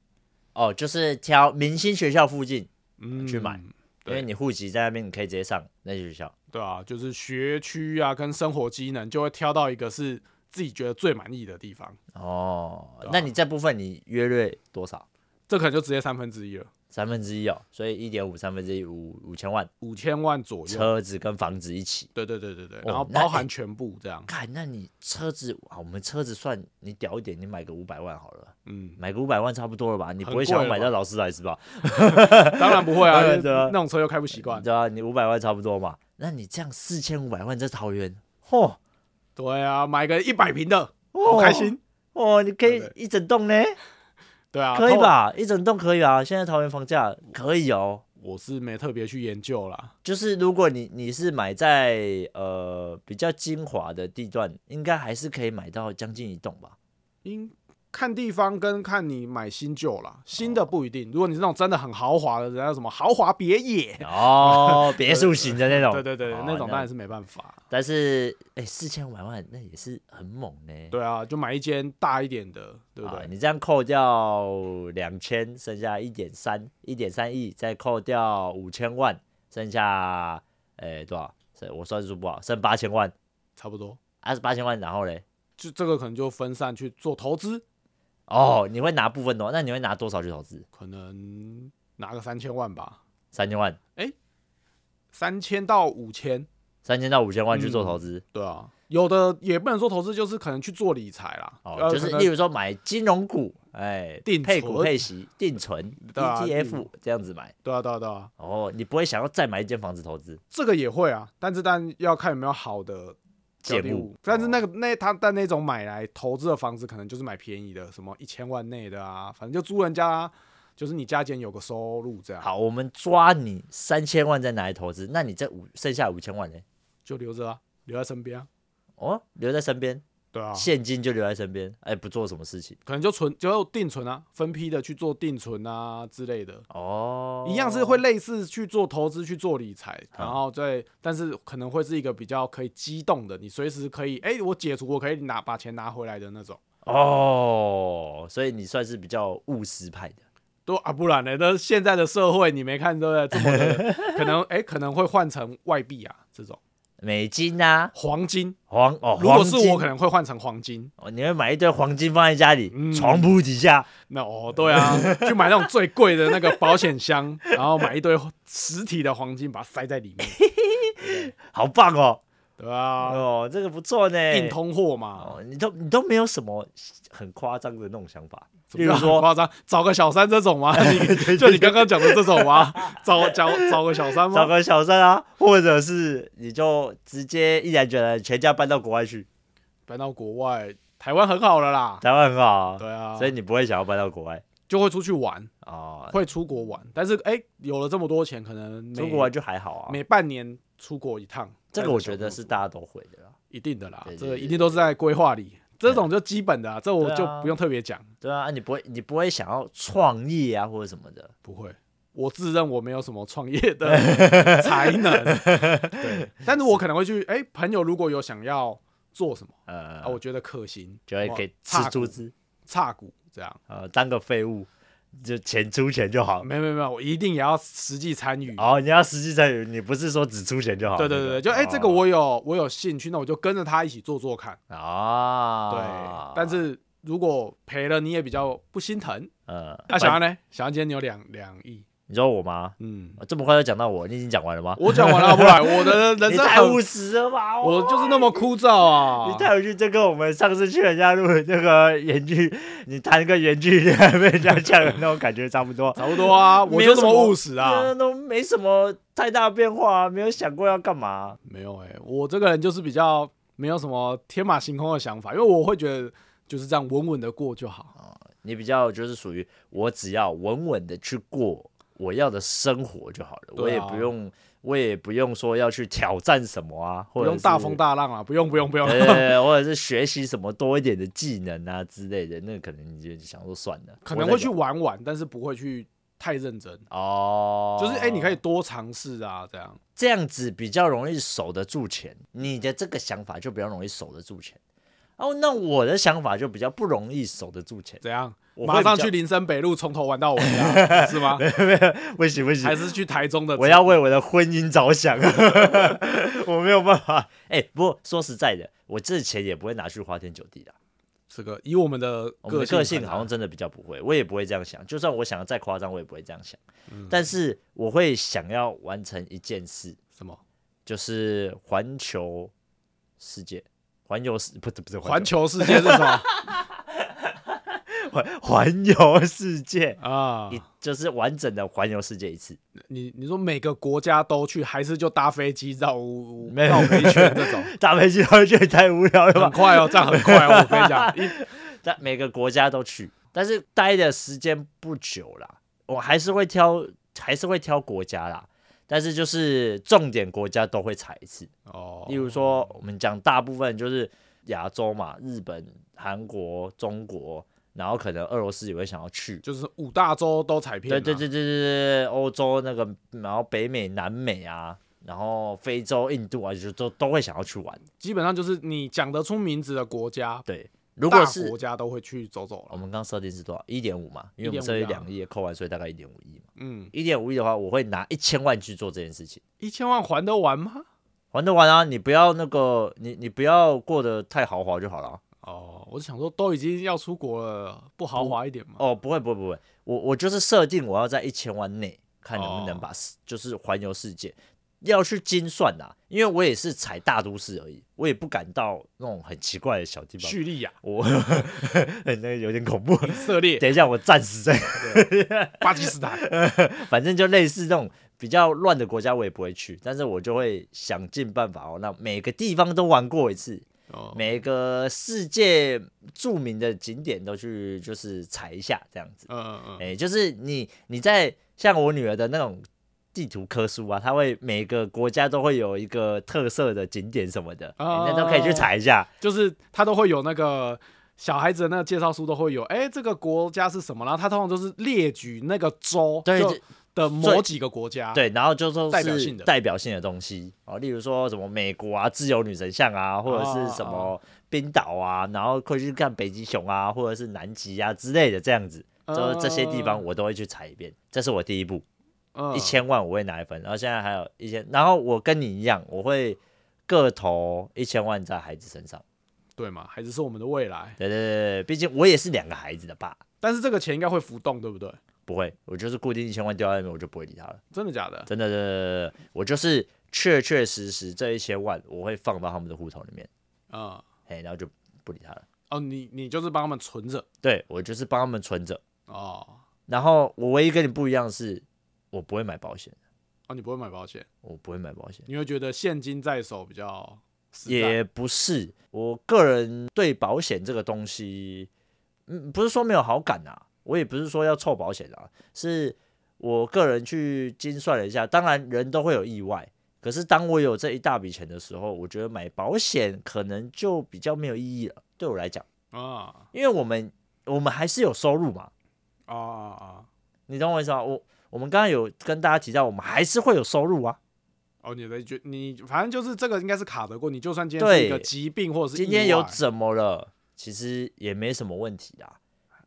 [SPEAKER 1] 哦，就是挑明星学校附近，
[SPEAKER 2] 嗯，
[SPEAKER 1] 去买，因
[SPEAKER 2] 对
[SPEAKER 1] 为你户籍在那边，你可以直接上那些学校。
[SPEAKER 2] 对啊，就是学区啊，跟生活机能就会挑到一个是自己觉得最满意的地方，
[SPEAKER 1] 哦，
[SPEAKER 2] 对啊
[SPEAKER 1] 那你这部分你约略多少？
[SPEAKER 2] 这可能就直接三分之一了，
[SPEAKER 1] 三分之一哦，所以一点五三分之一五五千万，
[SPEAKER 2] 五千万左右，
[SPEAKER 1] 车子跟房子一起。
[SPEAKER 2] 对对对对对，
[SPEAKER 1] 哦
[SPEAKER 2] 然后
[SPEAKER 1] 那
[SPEAKER 2] 包含全部这样，
[SPEAKER 1] 看，那你车子啊，我们车子算你屌一点，你买个五百万好了， [LAUGHS]
[SPEAKER 2] 嗯，
[SPEAKER 1] 买个五百万差不多了吧？你不
[SPEAKER 2] 很
[SPEAKER 1] 会想要
[SPEAKER 2] 贵了
[SPEAKER 1] 买
[SPEAKER 2] 吧
[SPEAKER 1] 到劳斯莱斯吧？
[SPEAKER 2] 当然不会啊，
[SPEAKER 1] 当
[SPEAKER 2] 因
[SPEAKER 1] 然
[SPEAKER 2] 为
[SPEAKER 1] 对啊
[SPEAKER 2] 那种车又开不习惯，
[SPEAKER 1] 对啊，你五百万差不多嘛。那你这样四千五百万在桃园，嚯
[SPEAKER 2] 对啊，买个一百平的，
[SPEAKER 1] 哦
[SPEAKER 2] 好开心，
[SPEAKER 1] 哦，你可以
[SPEAKER 2] 对不
[SPEAKER 1] 一整栋呢，
[SPEAKER 2] 对啊，
[SPEAKER 1] 可以
[SPEAKER 2] 通？
[SPEAKER 1] 吧？一整栋可以啊。现在桃园房价可以哦，
[SPEAKER 2] 我是没特别去研究啦，
[SPEAKER 1] 就是如果你你是买在呃比较精华的地段，应该还是可以买到将近一栋
[SPEAKER 2] [LAUGHS]
[SPEAKER 1] 吧。
[SPEAKER 2] 因看地方跟看你买新旧啦，新
[SPEAKER 1] 哦
[SPEAKER 2] 的不一定。如果你是那种真的很豪华的，人家什么豪华别野，
[SPEAKER 1] 哦，别墅型的那种，
[SPEAKER 2] 对对对，
[SPEAKER 1] 哦
[SPEAKER 2] 那种当然是没办法。
[SPEAKER 1] 但是哎，四千五百万那也是很猛呢。
[SPEAKER 2] 对啊，就买一间大一点的，对不
[SPEAKER 1] 啊，
[SPEAKER 2] 对？
[SPEAKER 1] 你这样扣掉两千，剩下一点三，一点三亿，再扣掉五千万，剩下诶多少？是我算数不好，剩八千万，
[SPEAKER 2] 差不多，
[SPEAKER 1] 二十八千万，然后嘞，
[SPEAKER 2] 就这个可能就分散去做投资，
[SPEAKER 1] 哦，你会拿部分多，那你会拿多少去投资？
[SPEAKER 2] 可能拿个三千万吧，
[SPEAKER 1] 三千万，
[SPEAKER 2] 三千到五千，
[SPEAKER 1] 三千到五千万去做投资，
[SPEAKER 2] 对啊。有的也不能说投资，就是可能去做理财啦，
[SPEAKER 1] 哦，
[SPEAKER 2] 呃
[SPEAKER 1] 就是
[SPEAKER 2] 可能
[SPEAKER 1] 例如说买金融股，哎，
[SPEAKER 2] 定
[SPEAKER 1] 配股
[SPEAKER 2] 存
[SPEAKER 1] 配息定存
[SPEAKER 2] 对啊
[SPEAKER 1] ETF 这样子买，
[SPEAKER 2] 对啊对啊对啊，
[SPEAKER 1] 哦，你不会想要再买一间房子投资，
[SPEAKER 2] 这个也会啊，但是但要看有没有好的
[SPEAKER 1] 借
[SPEAKER 2] 标的
[SPEAKER 1] 目
[SPEAKER 2] 物但是那个
[SPEAKER 1] 哦
[SPEAKER 2] 那他但那种买来投资的房子，可能就是买便宜的，什么一千万内的啊，反正就租人家、就是你加减有个收入这样，
[SPEAKER 1] 好，我们抓你三千万再拿来投资，那你这五剩下五千万呢？
[SPEAKER 2] 就留着啊，留在身边、啊，
[SPEAKER 1] 哦，留在身边，
[SPEAKER 2] 对啊，
[SPEAKER 1] 现金就留在身边，哎，不做什么事情。
[SPEAKER 2] 可能就存就定存啊，分批的去做定存啊之类的，
[SPEAKER 1] 哦，
[SPEAKER 2] 一样是会类似去做投资、去做理财，
[SPEAKER 1] 好
[SPEAKER 2] 然后再，但是可能会是一个比较可以机动的，你随时可以，哎、我解除，我可以拿把钱拿回来的那种。
[SPEAKER 1] 哦，所以你算是比较务实派的。
[SPEAKER 2] 都啊，不然呢？那现在的社会你没看对不对？这么的可能哎、可能会换成外币啊，这种
[SPEAKER 1] 美金啊，
[SPEAKER 2] 黄金。
[SPEAKER 1] 黄哦，
[SPEAKER 2] 如果
[SPEAKER 1] 黄
[SPEAKER 2] 是
[SPEAKER 1] 金
[SPEAKER 2] 我，可能会换成黄金。
[SPEAKER 1] 哦你会买一堆黄金放在家里，
[SPEAKER 2] 嗯
[SPEAKER 1] 床铺底下，
[SPEAKER 2] 那哦，对啊， [LAUGHS] 去买那种最贵的那个保险箱，然后买一堆实体的黄金，把它塞在里面，
[SPEAKER 1] 好棒哦！
[SPEAKER 2] 对吧、
[SPEAKER 1] 哦，这个不错呢。
[SPEAKER 2] 硬通货嘛，
[SPEAKER 1] 哦，你都你都没有什么很夸张的那种想法，
[SPEAKER 2] 怎
[SPEAKER 1] 例
[SPEAKER 2] 么
[SPEAKER 1] 如
[SPEAKER 2] 样很
[SPEAKER 1] 说，
[SPEAKER 2] 夸张，找个小三这种
[SPEAKER 1] [LAUGHS]
[SPEAKER 2] 吗？你就你刚刚讲的这种吗？找找找个小三
[SPEAKER 1] 找
[SPEAKER 2] 吗？
[SPEAKER 1] 个小三啊，或者是你就直接毅然决然全家搬到国外去，
[SPEAKER 2] 搬到国外，台湾很好
[SPEAKER 1] [LAUGHS]
[SPEAKER 2] 了啦，
[SPEAKER 1] 台湾很好啊，
[SPEAKER 2] 对啊，
[SPEAKER 1] 所以你不会想要搬到国外
[SPEAKER 2] 就会出去玩。
[SPEAKER 1] 哦。
[SPEAKER 2] 会出国玩，但是哎、有了这么多钱，可能每
[SPEAKER 1] 出国玩就还好啊，
[SPEAKER 2] 每半年出国一趟，
[SPEAKER 1] 这个我觉得
[SPEAKER 2] 带着小朋友
[SPEAKER 1] 是大家都会的啦。
[SPEAKER 2] 一定的啦，
[SPEAKER 1] 对对
[SPEAKER 2] 这个
[SPEAKER 1] 对
[SPEAKER 2] 一定都是在规划里，这种就基本的、啊，这我
[SPEAKER 1] 对啊
[SPEAKER 2] 就不用特别讲，
[SPEAKER 1] 对啊，你不会你不会想要创业啊或者什么的
[SPEAKER 2] 不会。我自认我没有什么创业的
[SPEAKER 1] [LAUGHS]
[SPEAKER 2] 才能，对，但是我可能会去，哎、朋友如果有想要做什么
[SPEAKER 1] 呃，
[SPEAKER 2] 啊，我觉得可行，
[SPEAKER 1] 就会给吃
[SPEAKER 2] 差
[SPEAKER 1] 出
[SPEAKER 2] 股
[SPEAKER 1] 资
[SPEAKER 2] 差股这样，
[SPEAKER 1] 呃，当个废物就钱出钱就好。
[SPEAKER 2] 没有没有没有，我一定也要实际参与，
[SPEAKER 1] 哦，你哦要实际参与，你不是说只出钱就好。
[SPEAKER 2] 对对对对，就哎、这个我有我有兴趣，那我就跟着他一起做做看，
[SPEAKER 1] 啊，
[SPEAKER 2] 对，但是如果赔了你也比较不心疼。
[SPEAKER 1] [LAUGHS] 呃，
[SPEAKER 2] 那小安呢？小安今天有两两亿，
[SPEAKER 1] 你说 [LAUGHS] 我吗？哦
[SPEAKER 2] 嗯，
[SPEAKER 1] 这么快就讲到我，你已经讲完了吗？
[SPEAKER 2] 我讲完了，啊不然我的人
[SPEAKER 1] 你
[SPEAKER 2] 生
[SPEAKER 1] 太
[SPEAKER 2] 很，
[SPEAKER 1] 务实了吧！哦
[SPEAKER 2] 我就是那么枯燥啊
[SPEAKER 1] 你。太有趣，这跟我们上次去人家录那个 [LAUGHS] 原剧，你谈个原剧还 [LAUGHS] 被人家呛的那种感觉差不多。
[SPEAKER 2] 差不多啊，我
[SPEAKER 1] 没有什
[SPEAKER 2] 就这
[SPEAKER 1] 么
[SPEAKER 2] 么务实啊
[SPEAKER 1] 那。都没什么太大变化、啊，没有想过要干嘛。啊
[SPEAKER 2] 没有哎、我这个人就是比较没有什么天马行空的想法，因为我会觉得就是这样稳稳的过就
[SPEAKER 1] 啊
[SPEAKER 2] 好。
[SPEAKER 1] 你比较就是属于我只要稳稳的去过我要的生活就好了，我
[SPEAKER 2] 对
[SPEAKER 1] 也
[SPEAKER 2] 啊
[SPEAKER 1] 不用我也不用说要去挑战什么啊，或
[SPEAKER 2] 不
[SPEAKER 1] 者
[SPEAKER 2] 用
[SPEAKER 1] 是哎
[SPEAKER 2] 大风大浪啊，不用不用不
[SPEAKER 1] [LAUGHS]
[SPEAKER 2] 用。
[SPEAKER 1] 对对对，或者是学习什么多一点的技能啊之类的，那可能你就想说算了，
[SPEAKER 2] [LAUGHS] 可能
[SPEAKER 1] 我
[SPEAKER 2] 会
[SPEAKER 1] 再
[SPEAKER 2] 去玩玩，但是不会去太认真。
[SPEAKER 1] 哦，
[SPEAKER 2] 就是哎、你可
[SPEAKER 1] 以
[SPEAKER 2] 以多尝试啊，这样。
[SPEAKER 1] 这样子比较容易守得住钱，你的这个想法就比较容易守得住钱。哦，那我的想法就比较不容易守得住钱，
[SPEAKER 2] 怎样？
[SPEAKER 1] 我
[SPEAKER 2] 马
[SPEAKER 1] 会
[SPEAKER 2] 上
[SPEAKER 1] 比较
[SPEAKER 2] 去林森北路从头玩到尾啊，是
[SPEAKER 1] [LAUGHS]
[SPEAKER 2] 吗？
[SPEAKER 1] 不行不
[SPEAKER 2] 还
[SPEAKER 1] 行，
[SPEAKER 2] 是去台中的？
[SPEAKER 1] 我要为我的婚姻着 [LAUGHS] 想，我没有办法。哎、不过说实在的，我这钱也不会拿去花天酒地的。
[SPEAKER 2] 这个以我们的
[SPEAKER 1] 我们的
[SPEAKER 2] 性
[SPEAKER 1] 个
[SPEAKER 2] 个
[SPEAKER 1] 性好像真的比较不会，我也不会这样想。就算我想的再夸张，我也不会这样想。但是我会想要完成一件事，
[SPEAKER 2] 什么？
[SPEAKER 1] 就是环球世界，环游世不是不是
[SPEAKER 2] 环
[SPEAKER 1] 环
[SPEAKER 2] 球世界是什么
[SPEAKER 1] 环环游世界， [LAUGHS]
[SPEAKER 2] 啊
[SPEAKER 1] 一？就是完整的环游世界一次。
[SPEAKER 2] 你你说每个国家都去，还是就搭飞机绕
[SPEAKER 1] 没有
[SPEAKER 2] 绕飞圈这
[SPEAKER 1] [LAUGHS]
[SPEAKER 2] 种？
[SPEAKER 1] 大飞机会觉得太无聊了
[SPEAKER 2] 很
[SPEAKER 1] 吧？
[SPEAKER 2] 快哦，这样很快哦，我跟你
[SPEAKER 1] [LAUGHS]
[SPEAKER 2] 讲，一
[SPEAKER 1] 但每个国家都去，但是待的时间不久啦，我还是会挑，还是会挑国家啦。但是就是重点国家都会踩一次。
[SPEAKER 2] 哦，
[SPEAKER 1] 例如说，我们讲大部分就是亚洲嘛，日本、韩国、中国，然后可能俄罗斯也会想要去。
[SPEAKER 2] 就是五大洲都踩遍、
[SPEAKER 1] 对
[SPEAKER 2] 啊，
[SPEAKER 1] 对对对对对，欧洲那个，然后北美、南美啊，然后非洲、印度啊，就都都会想要去玩。
[SPEAKER 2] 基本上就是你讲得出名字的国家，
[SPEAKER 1] 对，如果
[SPEAKER 2] 大
[SPEAKER 1] 是哦
[SPEAKER 2] 国家都会去走走
[SPEAKER 1] 我
[SPEAKER 2] 了。
[SPEAKER 1] 们刚设定是多少？一点五嘛，因为我们
[SPEAKER 2] 1.5
[SPEAKER 1] 设定
[SPEAKER 2] 啊
[SPEAKER 1] 两亿，扣完税大概一点五亿嘛。
[SPEAKER 2] 嗯，
[SPEAKER 1] 一点五亿的话，我会拿一千万去做这件事情。
[SPEAKER 2] 一千万还得完
[SPEAKER 1] 哦
[SPEAKER 2] 吗？
[SPEAKER 1] 玩得完啊，你不要那个，你你不要过得太豪华就好了啊。
[SPEAKER 2] 哦，我想说都已经要出国了，不豪华一点吗？
[SPEAKER 1] 哦，不会不会不会，我我就是设定我要在一千万内，看能不能
[SPEAKER 2] 哦
[SPEAKER 1] 把世、就是环游世界，要去精算呐、因为我也是踩大都市而已，我也不敢到那种很奇怪的小地方，
[SPEAKER 2] 叙利亚、
[SPEAKER 1] 我 [LAUGHS] 那个有点恐怖。 [LAUGHS]
[SPEAKER 2] 以色列、
[SPEAKER 1] 等一下，我暂时在，
[SPEAKER 2] 巴基斯坦，
[SPEAKER 1] [LAUGHS] 反正就类似这种比较乱的国家，我也不会去，但是我就会想尽办法哦，让每个地方都玩过一次，
[SPEAKER 2] 哦
[SPEAKER 1] 每个世界著名的景点都去就是踩一下这样子。
[SPEAKER 2] 嗯嗯
[SPEAKER 1] 哎、就是你你在像我女儿的那种地图科书啊，它会每个国家都会有一个特色的景点什么的，哎
[SPEAKER 2] 啊
[SPEAKER 1] 那都可以去查一下。
[SPEAKER 2] 就是他都会有那个小孩子的那个介绍书都会有，哎、这个国家是什么？然后他通常都是列举那个州
[SPEAKER 1] 对
[SPEAKER 2] 就
[SPEAKER 1] 这
[SPEAKER 2] 的某几个国家，，
[SPEAKER 1] 对，然后就说是
[SPEAKER 2] 啊代表性的
[SPEAKER 1] 代表性的东西哦，例如说什么美国啊自由女神像啊，或者是什么冰岛啊，然后会去看北极熊啊，或者是南极啊之类的这样子。
[SPEAKER 2] 啊
[SPEAKER 1] 就这些地方我都会去踩一遍，这是我第一步。
[SPEAKER 2] 嗯
[SPEAKER 1] 一，千万我会拿一份，然后现在还有一千，然后我跟你一样，我会各投一千万在孩子身上。
[SPEAKER 2] 对嘛，还是是我们的未来。
[SPEAKER 1] 对对对，对毕竟我也是两个孩子的爸，
[SPEAKER 2] 但是这个钱应该会浮动，对不对？
[SPEAKER 1] 不会，我就是固定一千万掉在那边，我就不会理他了。
[SPEAKER 2] 真的假的？
[SPEAKER 1] 真的，真的，真的，我就是确确实实这一千万我会放到他们的户头里面，
[SPEAKER 2] 嗯，
[SPEAKER 1] 哎，然后就不理他了。
[SPEAKER 2] 哦，你你就是帮他们存着
[SPEAKER 1] 对我就是帮他们存着，
[SPEAKER 2] 哦，
[SPEAKER 1] 然后我唯一跟你不一样的是，我不会买保险，
[SPEAKER 2] 哦，你不会买保险，
[SPEAKER 1] 我不会买保险。
[SPEAKER 2] 你会觉得现金在手比较实在
[SPEAKER 1] 也不是，我个人对保险这个东西，嗯，不是说没有好感啊，我也不是说要凑保险啊，是我个人去精算了一下，当然人都会有意外，可是当我有这一大笔钱的时候，我觉得买保险可能就比较没有意义了，对我来讲，
[SPEAKER 2] 啊
[SPEAKER 1] 因为我们我们还是有收入嘛，
[SPEAKER 2] 啊啊！
[SPEAKER 1] 你懂我意思吗？我我们刚刚有跟大家提到，我们还是会有收入啊，
[SPEAKER 2] 哦，你的觉你反正就是这个应该是卡得过，你就算今天是一个
[SPEAKER 1] 对
[SPEAKER 2] 疾病或者是
[SPEAKER 1] 今
[SPEAKER 2] 意
[SPEAKER 1] 天有
[SPEAKER 2] 外
[SPEAKER 1] 怎么了，其实也没什么问题啊啦。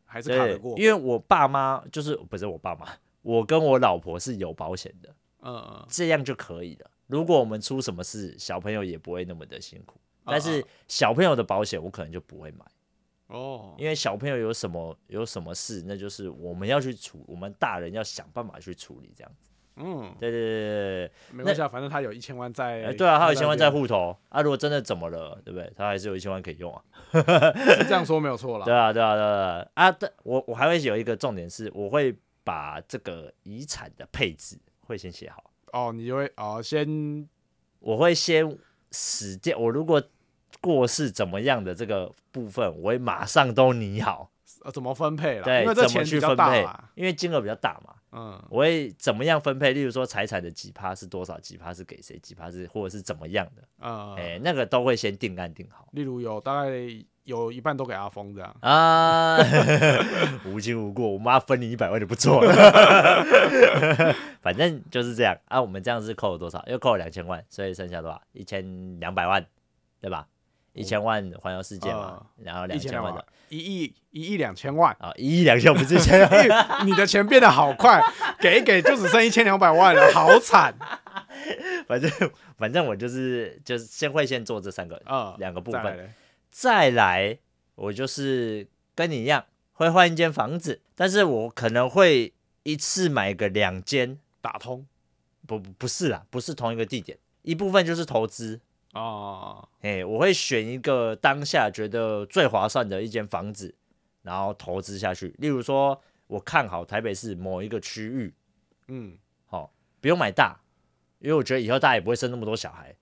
[SPEAKER 2] 还是
[SPEAKER 1] 对，
[SPEAKER 2] 卡得过，
[SPEAKER 1] 因为我爸妈就是不是我爸妈， [LAUGHS] 我跟我老婆是有保险的，
[SPEAKER 2] 嗯嗯，
[SPEAKER 1] 这样就可以了。如果我们出什么事，小朋友也不会那么的辛苦。
[SPEAKER 2] 啊
[SPEAKER 1] 但是小朋友的保险我可能就不会买，
[SPEAKER 2] 哦，
[SPEAKER 1] 因为小朋友有什么有什么事，那就是我们要去处，我们大人要想办法去处理这样子。
[SPEAKER 2] 嗯，
[SPEAKER 1] 对对对对
[SPEAKER 2] 没关系啊，反正他有一千万在
[SPEAKER 1] 对，哎，对啊，他有一千万在
[SPEAKER 2] 户，
[SPEAKER 1] 户头啊，如果真的怎么了，对不对？他还是有一千万可以用啊。
[SPEAKER 2] 是这样说没有错
[SPEAKER 1] 对
[SPEAKER 2] 啦。
[SPEAKER 1] 啊，对啊，对啊，对啊！但我我还会有一个重点是，我会把这个遗产的配置会先写好，
[SPEAKER 2] 哦，你就会哦，先
[SPEAKER 1] 我会先死掉。我如果过世怎么样的这个部分，我会马上都拟好，
[SPEAKER 2] 呃怎么分配啦？
[SPEAKER 1] 对
[SPEAKER 2] 因为，这
[SPEAKER 1] 怎么
[SPEAKER 2] 钱
[SPEAKER 1] 去
[SPEAKER 2] 比较
[SPEAKER 1] 分
[SPEAKER 2] 大啊
[SPEAKER 1] 配
[SPEAKER 2] 嘛，，
[SPEAKER 1] 因为金额比较大嘛。
[SPEAKER 2] 嗯，
[SPEAKER 1] 我会怎么样分配？例如说财产的几趴是多少，几趴是给谁，几趴是或者是怎么样的，
[SPEAKER 2] 呃，
[SPEAKER 1] 哎、那个都会先定案定好
[SPEAKER 2] 例如有大概有一半都给阿峰这样，
[SPEAKER 1] 啊。 [LAUGHS] 无亲无故，我妈分你一百万就不错了， [LAUGHS] 反正就是这样啊。我们这样是扣了多少？又扣了两千万，所以剩下多少？一千两百万，对吧？一千万环游世界嘛，然后
[SPEAKER 2] 一
[SPEAKER 1] 两哦
[SPEAKER 2] 千
[SPEAKER 1] 千万
[SPEAKER 2] 万
[SPEAKER 1] 的，，
[SPEAKER 2] 一亿一亿两千万
[SPEAKER 1] 啊，一亿两千万不是一千万。 [LAUGHS]
[SPEAKER 2] 哎你的钱变得好快，给一给就只剩一千两百万了，好惨
[SPEAKER 1] 反正反正我就是就是先会先做这三个，
[SPEAKER 2] 啊！
[SPEAKER 1] 两个部
[SPEAKER 2] 再来
[SPEAKER 1] 分
[SPEAKER 2] 嘞
[SPEAKER 1] 再来我就是跟你一样会换一间房子，但是我可能会一次买个两间，
[SPEAKER 2] 打通
[SPEAKER 1] 不不不是啦，不是同一个地点，一部分就是投资，
[SPEAKER 2] 哦，
[SPEAKER 1] 哎，我会选一个当下觉得最划算的一间房子，然后投资下去，例如说我看好台北市某一个区域，
[SPEAKER 2] 嗯，
[SPEAKER 1] 不用买大，因为我觉得以后大家也不会生那么多小孩，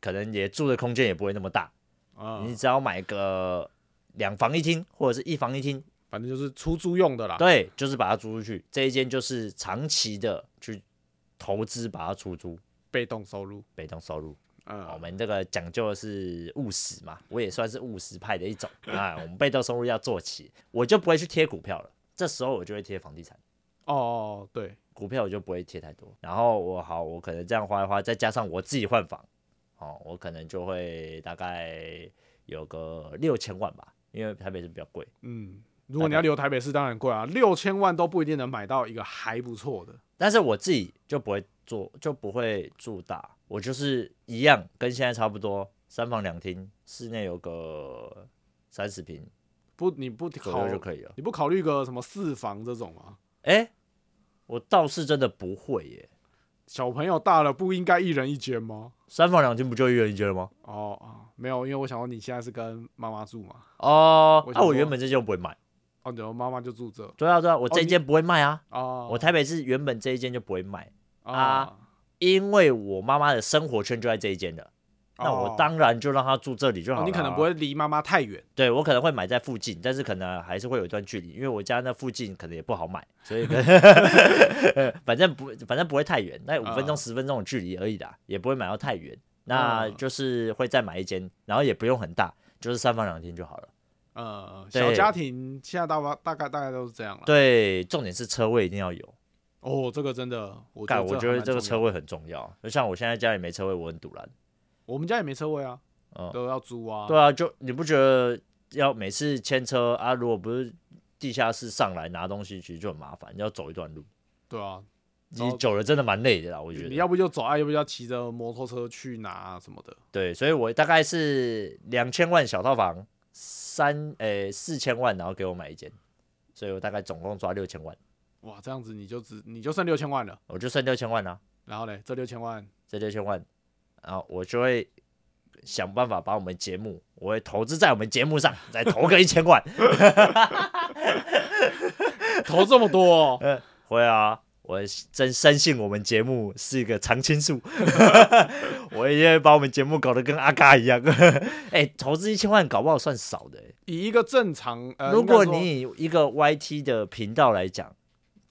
[SPEAKER 1] 可能也住的空间也不会那么大。
[SPEAKER 2] 啊，
[SPEAKER 1] 你只要买个两房一厅或者是一房一厅，
[SPEAKER 2] 反正就是出租用的啦。
[SPEAKER 1] 对，就是把它租出去。这一间就是长期的去投资，把它出租，
[SPEAKER 2] 被动收入，
[SPEAKER 1] 被动收入。哦我
[SPEAKER 2] 嗯，
[SPEAKER 1] 们这个讲究的是务实嘛，我也算是务实派的一种啊。我们被动收入要做起，我就不会去贴股票了，这时候我就会贴房地产。
[SPEAKER 2] 哦，对，
[SPEAKER 1] 股票我就不会贴太多。然后我好，我可能这样花一花，再加上我自己换房，哦，我可能就会大概有个六千万吧，因为台北是比较贵。
[SPEAKER 2] 嗯，如果你要留台北市，当然贵啊，六千万都不一定能买到一个还不错的。
[SPEAKER 1] 但是我自己就不会做，就不会住大，我就是一样跟现在差不多，三房两厅，室内有个三十平
[SPEAKER 2] 不，你不
[SPEAKER 1] 左
[SPEAKER 2] 考
[SPEAKER 1] 右就可以了。
[SPEAKER 2] 你不考虑个什么四房这种啊吗？
[SPEAKER 1] 哎、我倒是真的不会耶，
[SPEAKER 2] 小朋友大了不应该一人一间吗？
[SPEAKER 1] 三房两厅不就一人一间了吗？
[SPEAKER 2] 哦啊，没有，因为我想说你现在是跟妈妈住嘛，
[SPEAKER 1] 哦，
[SPEAKER 2] 我
[SPEAKER 1] 那、
[SPEAKER 2] 想
[SPEAKER 1] 我原
[SPEAKER 2] 说
[SPEAKER 1] 本这间我不会卖。
[SPEAKER 2] 哦，对，妈妈就住这
[SPEAKER 1] 对啊，对啊，我这一
[SPEAKER 2] 你
[SPEAKER 1] 间不会卖啊。
[SPEAKER 2] 哦，
[SPEAKER 1] 我台北市原本这一间就不会卖，
[SPEAKER 2] 啊，
[SPEAKER 1] 因为我妈妈的生活圈就在这一间了。那我
[SPEAKER 2] 哦
[SPEAKER 1] 当然就让她住这里就好
[SPEAKER 2] 哦
[SPEAKER 1] 了、啊
[SPEAKER 2] 你可能不，会离妈妈太远，
[SPEAKER 1] 对我可能会买在附近，但是可能还是会有一段距离，因为我家那附近可能也不好买，所以可
[SPEAKER 2] [LAUGHS]
[SPEAKER 1] 能 [LAUGHS] 反正不反正不会太远，那五分钟
[SPEAKER 2] 啊
[SPEAKER 1] 十分钟的距离而已啦，也不会买到太远。那
[SPEAKER 2] 嗯
[SPEAKER 1] 就是会再买一间，然后也不用很大，就是三房两厅就好了。
[SPEAKER 2] 呃，
[SPEAKER 1] 对
[SPEAKER 2] 小家庭现在大吧，大概大概都是这样了。
[SPEAKER 1] 对，重点是车位一定要有。
[SPEAKER 2] 哦，这个真的，我
[SPEAKER 1] 干，我觉得
[SPEAKER 2] 还蛮
[SPEAKER 1] 这个
[SPEAKER 2] 重
[SPEAKER 1] 车
[SPEAKER 2] 要，
[SPEAKER 1] 位很重要。啊就像我现在家里没车位，我很堵然。
[SPEAKER 2] 我们家也没车位啊，
[SPEAKER 1] 嗯，
[SPEAKER 2] 都要租啊。
[SPEAKER 1] 对啊，就你不觉得要每次牵车啊，如果不是地下室上来拿东西，其实就很麻烦，要走一段路，
[SPEAKER 2] 对啊，然
[SPEAKER 1] 你
[SPEAKER 2] 后
[SPEAKER 1] 久了真的蛮累的啦，我觉
[SPEAKER 2] 你
[SPEAKER 1] 得。
[SPEAKER 2] 要不就走啊，要不就要骑着摩托车去拿什么的。
[SPEAKER 1] 对，所以我大概是两千万小套房，三诶四千万，然后给我买一间，所以我大概总共抓六千万，
[SPEAKER 2] 哇，这样子你就只你就剩六千万了。
[SPEAKER 1] 我就剩六千万啦、
[SPEAKER 2] 然后嘞，这六千万 [LAUGHS]
[SPEAKER 1] 这六千万，然后我就会想办法把我们节目，我会投资在我们节目上，再投个一千万，
[SPEAKER 2] 投这么多、哦，
[SPEAKER 1] 会啊，我真深信我们节目是一个常青树，我也会把我们节目搞得跟阿嘎一样。 [LAUGHS] 哎、投资一千万搞不好算少的、欸
[SPEAKER 2] 以一个正常，
[SPEAKER 1] [LAUGHS]
[SPEAKER 2] 呃、
[SPEAKER 1] 如果
[SPEAKER 2] 应该说
[SPEAKER 1] 你以一个 YT 的频道来讲，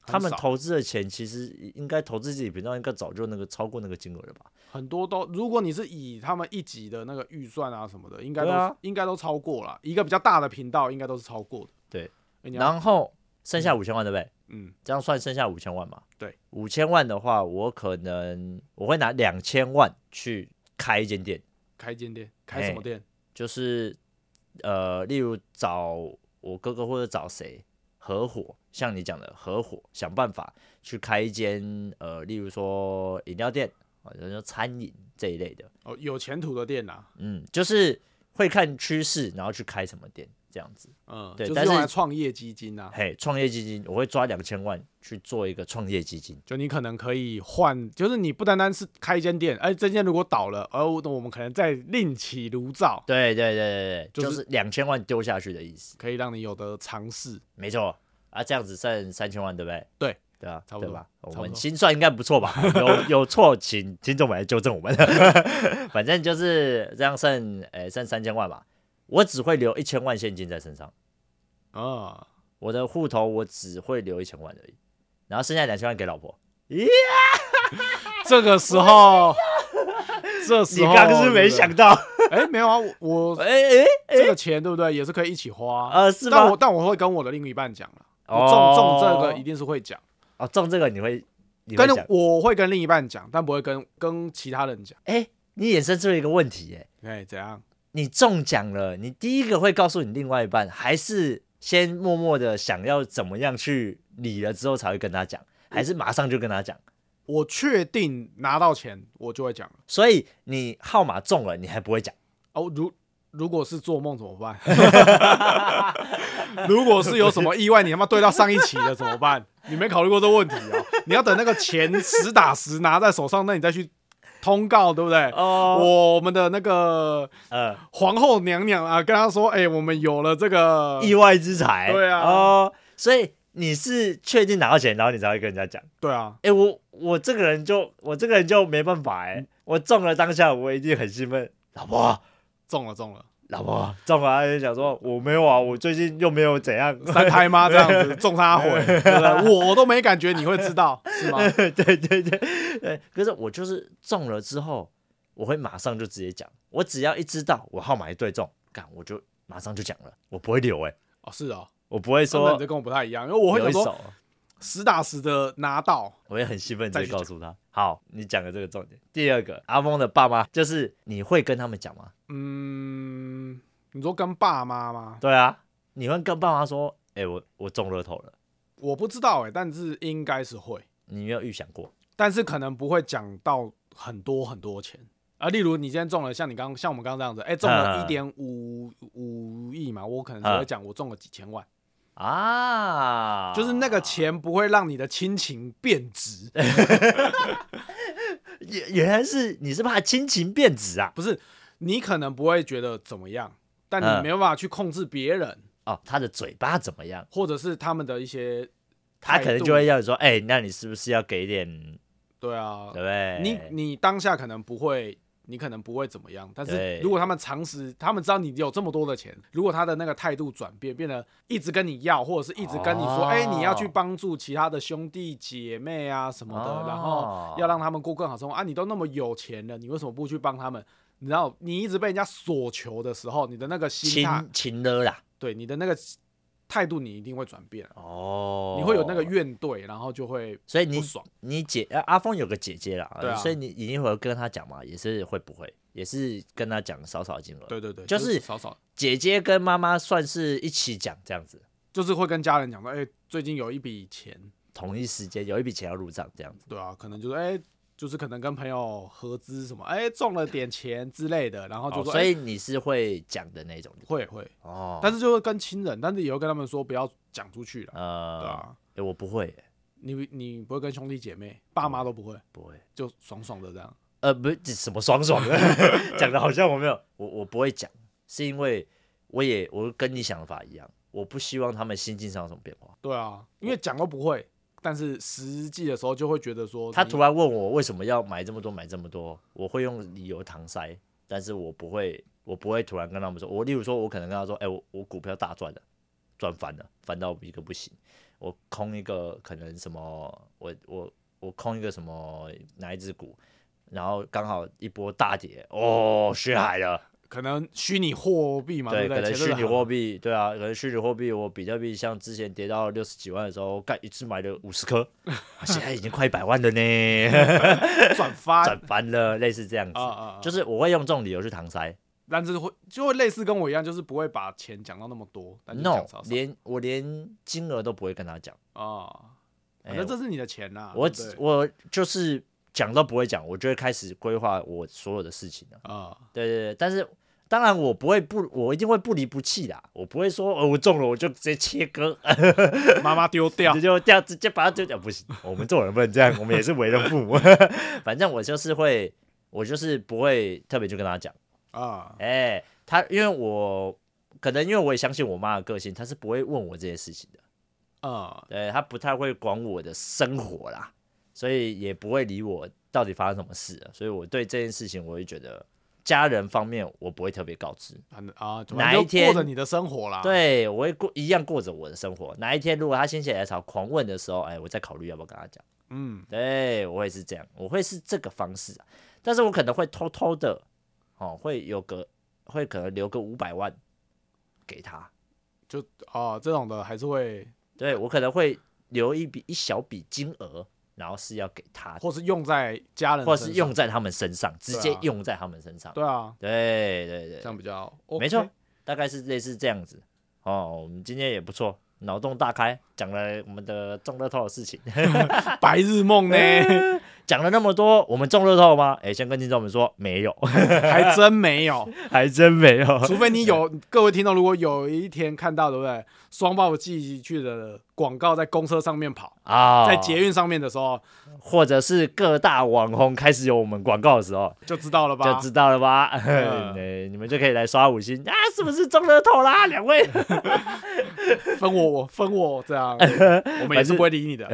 [SPEAKER 2] 很
[SPEAKER 1] 他们
[SPEAKER 2] 少
[SPEAKER 1] 投资的钱其实应该投资自己频道，应该早就那个超过那个金额了吧？
[SPEAKER 2] 很多都，如果你是以他们一集的那个预算啊什么的，应该都、
[SPEAKER 1] 对啊
[SPEAKER 2] 应该都超过了。一个比较大的频道应该都是超过的。
[SPEAKER 1] 对
[SPEAKER 2] 哎，你要
[SPEAKER 1] 然后剩下五千万，对不对？
[SPEAKER 2] 嗯，
[SPEAKER 1] 这样算剩下五千万嘛？
[SPEAKER 2] 对，
[SPEAKER 1] 五千万的话，我可能我会拿两千万去开一间店。
[SPEAKER 2] 开间店，开
[SPEAKER 1] 哎
[SPEAKER 2] 什么店？
[SPEAKER 1] 就是呃，例如找我哥哥或者找谁合伙，像你讲的合伙，想办法去开一间呃，例如说饮料店啊，人说餐饮这一类的，
[SPEAKER 2] 哦，有前途的店啊呐、
[SPEAKER 1] 嗯，就是会看趋势，然后去开什么店这样子。
[SPEAKER 2] 嗯，
[SPEAKER 1] 对
[SPEAKER 2] 就是
[SPEAKER 1] 但
[SPEAKER 2] 用
[SPEAKER 1] 是
[SPEAKER 2] 来创业基金啊呐、
[SPEAKER 1] 嘿，创业基金我会抓两千万去做一个创业基金，
[SPEAKER 2] 就你可能可以换，就是你不单单是开一间店，哎、这间如果倒了，而、我那我们可能再另起炉灶，
[SPEAKER 1] 对对对对对，
[SPEAKER 2] 就
[SPEAKER 1] 就是是两千万丢下去的意思，
[SPEAKER 2] 可以让你有的尝试。
[SPEAKER 1] 没错。啊，这样子剩三千万，对不对？
[SPEAKER 2] 对，
[SPEAKER 1] 对啊，
[SPEAKER 2] 差不多
[SPEAKER 1] 对吧？我
[SPEAKER 2] 不多
[SPEAKER 1] 们心算应该不错吧？ [LAUGHS] 有有错，请听众们来纠正我们。 [LAUGHS] 反正就是这样剩，呃、剩三千万吧。我只会留一千万现金在身上，
[SPEAKER 2] 啊、
[SPEAKER 1] 我的户头我只会留一千万而已。然后剩下两千万给老婆。
[SPEAKER 2] 这个
[SPEAKER 1] [LAUGHS]
[SPEAKER 2] 时候，这
[SPEAKER 1] 你
[SPEAKER 2] 时候
[SPEAKER 1] 刚刚是没想，到，
[SPEAKER 2] 对不对哎，没有啊，我我
[SPEAKER 1] 哎哎
[SPEAKER 2] 这个钱对不对，也是可以一起花。
[SPEAKER 1] 呃是
[SPEAKER 2] 但
[SPEAKER 1] 吗
[SPEAKER 2] 我？但我会跟我的另一半讲了，我
[SPEAKER 1] 哦
[SPEAKER 2] 中中这个一定是会讲，
[SPEAKER 1] 哦中这个你会你会
[SPEAKER 2] 但是
[SPEAKER 1] 讲，
[SPEAKER 2] 我会跟另一半讲，但不会跟跟其他人讲。
[SPEAKER 1] 哎，你衍生出了一个问题，哎，
[SPEAKER 2] 哎，怎样？
[SPEAKER 1] 你中奖了，你第一个会告诉你另外一半，还是先默默的想要怎么样去理了之后才会跟他讲，
[SPEAKER 2] 嗯
[SPEAKER 1] 还是马上就跟他讲？
[SPEAKER 2] 我确定拿到钱，我就会讲了。
[SPEAKER 1] 所以你号码中了，你还不会讲，
[SPEAKER 2] 哦，如如果是做梦怎么办？ [LAUGHS] 如果是有什么意外，你他妈对到上一期的怎么办？你没考虑过这个问题哦。你要等那个钱实打实拿在手上，那你再去通告，对不对？
[SPEAKER 1] 哦，
[SPEAKER 2] 我们的那个 [LAUGHS]
[SPEAKER 1] 呃，
[SPEAKER 2] 皇后娘娘啊，跟她说，哎、我们有了这个，
[SPEAKER 1] 意外之财，
[SPEAKER 2] 对啊
[SPEAKER 1] 哦，所以你是确定拿到钱，然后你才会跟人家讲。
[SPEAKER 2] 对啊，
[SPEAKER 1] 哎、我我这个人就我这个人就没办法哎、
[SPEAKER 2] 嗯
[SPEAKER 1] 我中了当下我一定很兴奋，老婆
[SPEAKER 2] 中了中了，
[SPEAKER 1] 老婆中了，他就想说我没有啊，我最近又没有怎样，
[SPEAKER 2] 三胎妈这样子中他回，对不对？我都没感觉，你会知道是吗？
[SPEAKER 1] [LAUGHS] 对对对对，可是我就是中了之后，我会马上就直接讲，我只要一知道我号码一对中，干我就马上就讲了，我不会留哎、
[SPEAKER 2] 哦，是哦，
[SPEAKER 1] 我不会
[SPEAKER 2] 说
[SPEAKER 1] 说
[SPEAKER 2] 你这跟我不太一样，因为我会
[SPEAKER 1] 留
[SPEAKER 2] 想
[SPEAKER 1] 一
[SPEAKER 2] 说
[SPEAKER 1] 手，
[SPEAKER 2] 实打实的拿到，
[SPEAKER 1] 我也很兴奋
[SPEAKER 2] 再
[SPEAKER 1] 再
[SPEAKER 2] 去
[SPEAKER 1] 告诉他。好，你讲的这个重点，第二个阿峰的爸妈就是你会跟他们讲吗？
[SPEAKER 2] 嗯，你说跟爸妈吗？
[SPEAKER 1] 对啊，你会跟爸妈说，哎、我我中乐透了。
[SPEAKER 2] 我不知道哎、但是应该是会，
[SPEAKER 1] 你没有预想过
[SPEAKER 2] 但是可能不会讲到很多很多钱啊。例如你今天中了，像你刚像我们刚刚这样子，哎、中了
[SPEAKER 1] 嗯
[SPEAKER 2] 一点五五亿嘛，我可能只会讲我中了几
[SPEAKER 1] [LAUGHS]
[SPEAKER 2] 千万，
[SPEAKER 1] 啊？
[SPEAKER 2] 就是那个钱不会让你的亲情变
[SPEAKER 1] [LAUGHS]
[SPEAKER 2] 值，
[SPEAKER 1] 原原来是你是怕亲情变质啊？
[SPEAKER 2] 不是你可能不会觉得怎么样，但你
[SPEAKER 1] 嗯
[SPEAKER 2] 没有办法去控制别人，
[SPEAKER 1] 哦，他的嘴巴怎么样？
[SPEAKER 2] 或者是他们的一些
[SPEAKER 1] 他
[SPEAKER 2] 态
[SPEAKER 1] 可能
[SPEAKER 2] 度
[SPEAKER 1] 就会要你说，哎、那你是不是要给一点，
[SPEAKER 2] 对啊
[SPEAKER 1] 对，不对？
[SPEAKER 2] 你你当下可能不会，你可能不会怎么样，但是
[SPEAKER 1] 对
[SPEAKER 2] 如果他们常识，他们知道你有这么多的钱，如果他的那个态度转变，变得一直跟你要，或者是一直跟你说，
[SPEAKER 1] 哦
[SPEAKER 2] 哎、你要去帮助其他的兄弟姐妹啊什么的，
[SPEAKER 1] 哦
[SPEAKER 2] 然后要让他们过更好生活啊，你都那么有钱了，你为什么不去帮他们？你知道，你一直被人家所求的时候，你的那个心
[SPEAKER 1] 亲
[SPEAKER 2] 态，
[SPEAKER 1] 亲了啦，
[SPEAKER 2] 对你的那个态度，你一定会转变，啊
[SPEAKER 1] 哦，
[SPEAKER 2] 你会有那个，怨怼，然后就会
[SPEAKER 1] 所以你
[SPEAKER 2] 不爽。
[SPEAKER 1] 你姐、啊阿峰有个姐姐啦，
[SPEAKER 2] 对啊
[SPEAKER 1] 所以你一定会跟他讲嘛，也是会不会，也是跟他讲少少的金额，
[SPEAKER 2] 对对对，
[SPEAKER 1] 就是
[SPEAKER 2] 少少。
[SPEAKER 1] 姐姐跟妈妈算是一起讲这样子，
[SPEAKER 2] 就是会跟家人讲说，哎、最近有一笔钱，
[SPEAKER 1] 同一时间有一笔钱要入账这样子，
[SPEAKER 2] 对啊，可能就是哎、就是可能跟朋友合资什么，哎、中了点钱之类的，然后就
[SPEAKER 1] 哦
[SPEAKER 2] 说，
[SPEAKER 1] 所
[SPEAKER 2] 哎
[SPEAKER 1] 以你是会讲的那种
[SPEAKER 2] 会会，
[SPEAKER 1] 哦，
[SPEAKER 2] 但是就会跟亲人，但是也会跟他们说不要讲出去了，对
[SPEAKER 1] 呃，
[SPEAKER 2] 啊，
[SPEAKER 1] 诶我不会耶，
[SPEAKER 2] 你你不会跟兄弟姐妹、爸妈都不会，
[SPEAKER 1] 不会。
[SPEAKER 2] 就爽爽的这样，
[SPEAKER 1] 呃，不是什么爽 [LAUGHS] 爽的，讲的好像我没有，我我不会讲，是因为我也我跟你想法一样，我不希望他们心境上有什么变化。
[SPEAKER 2] 对啊，因为讲都不会，但是实际的时候就会觉得说，
[SPEAKER 1] 他
[SPEAKER 2] 你
[SPEAKER 1] 突然问我为什么要买这么多买这么多，我会用理由搪塞，但是我不会我不会突然跟他们说，我例如说我可能跟他说，哎、我我股票大赚了，赚翻了，翻到一个不行，我空一个可能什么，我我我空一个什么哪一只股，然后刚好一波大跌，哦，血海了。
[SPEAKER 2] 可能虚拟货币嘛，
[SPEAKER 1] 对，
[SPEAKER 2] 对不
[SPEAKER 1] 可
[SPEAKER 2] 对？
[SPEAKER 1] 能
[SPEAKER 2] 前阵
[SPEAKER 1] 虚
[SPEAKER 2] 子
[SPEAKER 1] 拟
[SPEAKER 2] 很
[SPEAKER 1] 货币，对啊，可能虚拟货币，我比特币像之前跌到六十几万的时候，干一次买了五十颗，啊现在已经快一百万了呢，
[SPEAKER 2] 转发
[SPEAKER 1] 赚翻了，类似这样子
[SPEAKER 2] 啊，啊，啊
[SPEAKER 1] 就是我会用这种理由去搪塞
[SPEAKER 2] 但是会就会类似跟我一样，就是不会把钱讲到那么多，啊但就
[SPEAKER 1] ，no，
[SPEAKER 2] 讲少少
[SPEAKER 1] 连我连金额都不会跟他讲，
[SPEAKER 2] 啊。
[SPEAKER 1] 哎
[SPEAKER 2] 反正这是你的钱啦，
[SPEAKER 1] 我
[SPEAKER 2] 啊对
[SPEAKER 1] 只
[SPEAKER 2] 不对
[SPEAKER 1] 我就是讲都不会讲，我就会开始规划我所有的事情了。
[SPEAKER 2] 啊，
[SPEAKER 1] 对对对，但是当然我不会不，我一定会不离不弃啦，我不会说哦我中了我就直接切割，
[SPEAKER 2] 妈妈丢
[SPEAKER 1] [LAUGHS]
[SPEAKER 2] 掉
[SPEAKER 1] 直接就掉，直接把它丢掉，不行，我们做人不能这样，我们也是为人父母。 [LAUGHS] 反正我就是会，我就是不会特别去跟他讲，
[SPEAKER 2] 啊，
[SPEAKER 1] 哎、他因为我可能因为我也相信我妈的个性，她是不会问我这些事情的，
[SPEAKER 2] 啊，
[SPEAKER 1] 对，她不太会管我的生活啦，所以也不会理我到底发生什么事了，所以我对这件事情我会觉得。家人方面我不会特别告知，
[SPEAKER 2] 反正啊，
[SPEAKER 1] 哪一天
[SPEAKER 2] 反正就过着你的生活啦？，
[SPEAKER 1] 对我会过一样过着我的生活。哪一天如果他心血来潮狂问的时候，哎，我再考虑要不要跟他讲。
[SPEAKER 2] 嗯，
[SPEAKER 1] 对我也是这样，我会是这个方式啊，但是我可能会偷偷的，哦，会有个会可能留个五百万给他，
[SPEAKER 2] 就哦，这种的还是会，
[SPEAKER 1] 对我可能会留一笔一小笔金额，然后是要给他的，
[SPEAKER 2] 或是用在家人，
[SPEAKER 1] 或是，用在他们身上，直接用在他们身上。
[SPEAKER 2] 啊对啊，
[SPEAKER 1] 对对对
[SPEAKER 2] 这样比较
[SPEAKER 1] 没错
[SPEAKER 2] OK，
[SPEAKER 1] 大概是类似这样子。哦，我们今天也不错，脑洞大开，讲了我们的中乐透的事情，
[SPEAKER 2] 白日
[SPEAKER 1] [LAUGHS]
[SPEAKER 2] 梦呢，
[SPEAKER 1] 讲了那么多，我们中乐透吗？哎，先跟听众们说，没有， [LAUGHS]
[SPEAKER 2] 还真没有。
[SPEAKER 1] 还真没有。
[SPEAKER 2] 除非你有各位听众，如果有一天看到，对不对？双豹寄去的广告在公车上面跑，
[SPEAKER 1] 啊，
[SPEAKER 2] 在捷运上面的时候
[SPEAKER 1] 或者是各大网红开始有我们广告的时候，
[SPEAKER 2] 就知道了吧？
[SPEAKER 1] 就知道了吧？ [LAUGHS]
[SPEAKER 2] 嗯
[SPEAKER 1] 对，你们就可以来刷五星啊，是不是中乐透啦？两位，
[SPEAKER 2] 分我，我分我，这
[SPEAKER 1] [LAUGHS]
[SPEAKER 2] 样我们也是不会理你的。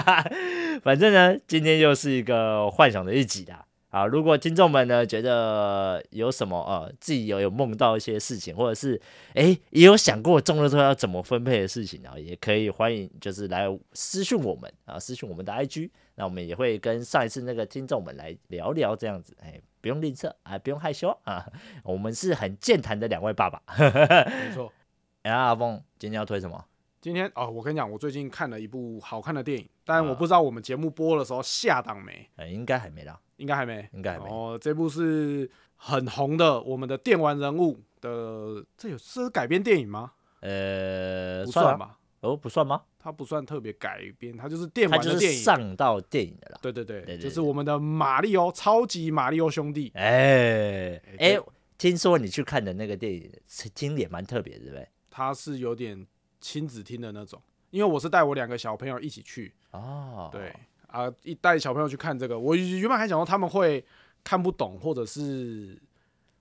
[SPEAKER 1] [LAUGHS] 反正呢，今天又是一个幻想的一集啦。啊，如果听众们呢觉得有什么呃自己有有梦到一些事情，或者是诶也有想过中乐透要怎么分配的事情啊，也可以欢迎就是来私讯我们啊，私讯我们的 IG，那我们也会跟上一次那个听众们来聊聊这样子，哎，不用吝啬啊，不用害羞啊，我们是很健谈的两位爸爸。
[SPEAKER 2] 没错，
[SPEAKER 1] 哎、阿峰今天要推什么？
[SPEAKER 2] 今天哦，我跟你讲，我最近看了一部好看的电影，
[SPEAKER 1] 啊
[SPEAKER 2] 但我不知道我们节目播的时候下档没，
[SPEAKER 1] 呃，应该还没啦，
[SPEAKER 2] 应该还没。
[SPEAKER 1] 应该还没。
[SPEAKER 2] 哦，这部是很红的，我们的电玩人物的，这有是改编电影吗？
[SPEAKER 1] 呃，
[SPEAKER 2] 不
[SPEAKER 1] 算
[SPEAKER 2] 算
[SPEAKER 1] 吧？
[SPEAKER 2] 吧，
[SPEAKER 1] 哦，不算吗？
[SPEAKER 2] 它不算特别改编，它就是电
[SPEAKER 1] 他
[SPEAKER 2] 玩
[SPEAKER 1] 就
[SPEAKER 2] 的
[SPEAKER 1] 是
[SPEAKER 2] 电影。
[SPEAKER 1] 上到电影的啦。
[SPEAKER 2] 对对对，
[SPEAKER 1] 对对
[SPEAKER 2] 就是
[SPEAKER 1] 对
[SPEAKER 2] 我们的马里奥超级马里奥兄弟，
[SPEAKER 1] 哎哎
[SPEAKER 2] 这，
[SPEAKER 1] 听说你去看的那个电影，听也蛮特别的，对不对？
[SPEAKER 2] 他是有点亲子厅的那种，因为我是带我两个小朋友一起去，
[SPEAKER 1] 哦，
[SPEAKER 2] 对啊，一带小朋友去看这个，我原本还想说他们会看不懂或者是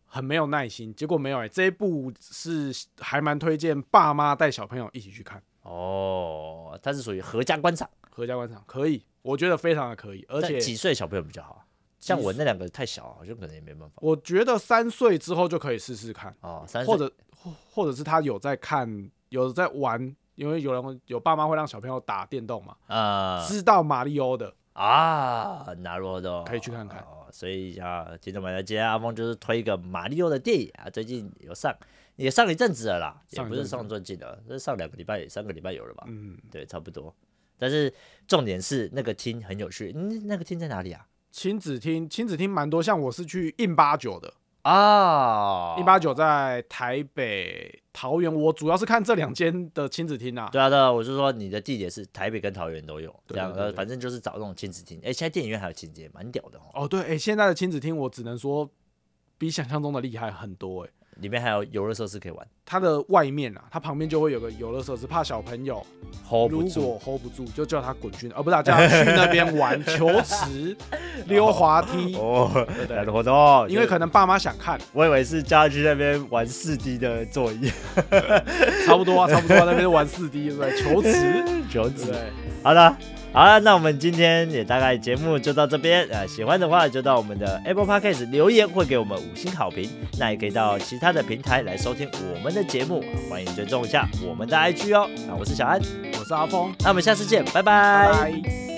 [SPEAKER 2] 很没有耐心，结果没有哎、这一部是还蛮推荐爸妈带小朋友一起去看，
[SPEAKER 1] 哦，它是属于合家观赏，
[SPEAKER 2] 合家观赏可以，我觉得非常的可以，而
[SPEAKER 1] 但
[SPEAKER 2] 且
[SPEAKER 1] 几岁小朋友比较好啊？像我那两个太小，好像可能也没办法。
[SPEAKER 2] 我觉得三岁之后就可以试试看。
[SPEAKER 1] 哦，三岁
[SPEAKER 2] 或者或或者是他有在看，有在玩，因为有人会有爸妈会让小朋友打电动嘛，
[SPEAKER 1] 呃
[SPEAKER 2] 知道马里奥的，
[SPEAKER 1] 啊，拿罗的
[SPEAKER 2] 可以去看看
[SPEAKER 1] 哦，所以啊，听众们，今天阿峰就是推一个马里奥的电影啊，最近有上，也上一阵子了啦，也
[SPEAKER 2] 上一
[SPEAKER 1] 不是
[SPEAKER 2] 阵子
[SPEAKER 1] 上最近的，这上两个礼拜、三个礼拜有了吧？
[SPEAKER 2] 嗯，
[SPEAKER 1] 对，差不多。但是重点是那个厅很有趣，嗯，那个厅在哪里啊？
[SPEAKER 2] 亲子厅亲子厅蛮多，像我是去印八九的，
[SPEAKER 1] 啊，
[SPEAKER 2] 印八九在台北、桃园，我主要是看这两间的亲子厅啊，
[SPEAKER 1] 对啊，对啊，我是说你的地点是台北跟桃园都有，
[SPEAKER 2] 对
[SPEAKER 1] 这样
[SPEAKER 2] 对对
[SPEAKER 1] 呃，
[SPEAKER 2] 对
[SPEAKER 1] 反正就是找那种亲子厅。哎，现在电影院还有情节，蛮屌的哦。
[SPEAKER 2] 哦对，哎、现在的亲子厅我只能说比想象中的厉害很多、哎。
[SPEAKER 1] 里面还有游乐设施可以玩
[SPEAKER 2] 它的外面啊，它旁边就会有个游乐设施，怕小朋友
[SPEAKER 1] ，hold
[SPEAKER 2] 如
[SPEAKER 1] 不住。
[SPEAKER 2] 果 hold 不住，就叫他滚去，而、不是啊叫他去那边玩球
[SPEAKER 1] [LAUGHS]
[SPEAKER 2] 池、溜滑梯，
[SPEAKER 1] 哦，[LAUGHS]
[SPEAKER 2] 对不
[SPEAKER 1] なる
[SPEAKER 2] 对？
[SPEAKER 1] ほど。
[SPEAKER 2] 因为可能爸妈想看，
[SPEAKER 1] 我以为是家去那边玩四 D 的座椅， [LAUGHS]
[SPEAKER 2] 差不多啊，差不多、啊、那边玩四 D，对不对？球池，
[SPEAKER 1] 九
[SPEAKER 2] 对
[SPEAKER 1] 子
[SPEAKER 2] 不。对？
[SPEAKER 1] 好了，好了，那我们今天也大概节目就到这边啊、呃喜欢的话就到我们的 Apple Podcast 留言，会给我们五星好评。那也可以到其他的平台来收听我们的节目，啊欢迎追踪一下我们的 IG 哦。那我是小安，
[SPEAKER 2] 我是阿峰，
[SPEAKER 1] 那我们下次见，拜
[SPEAKER 2] 拜
[SPEAKER 1] 拜
[SPEAKER 2] 拜。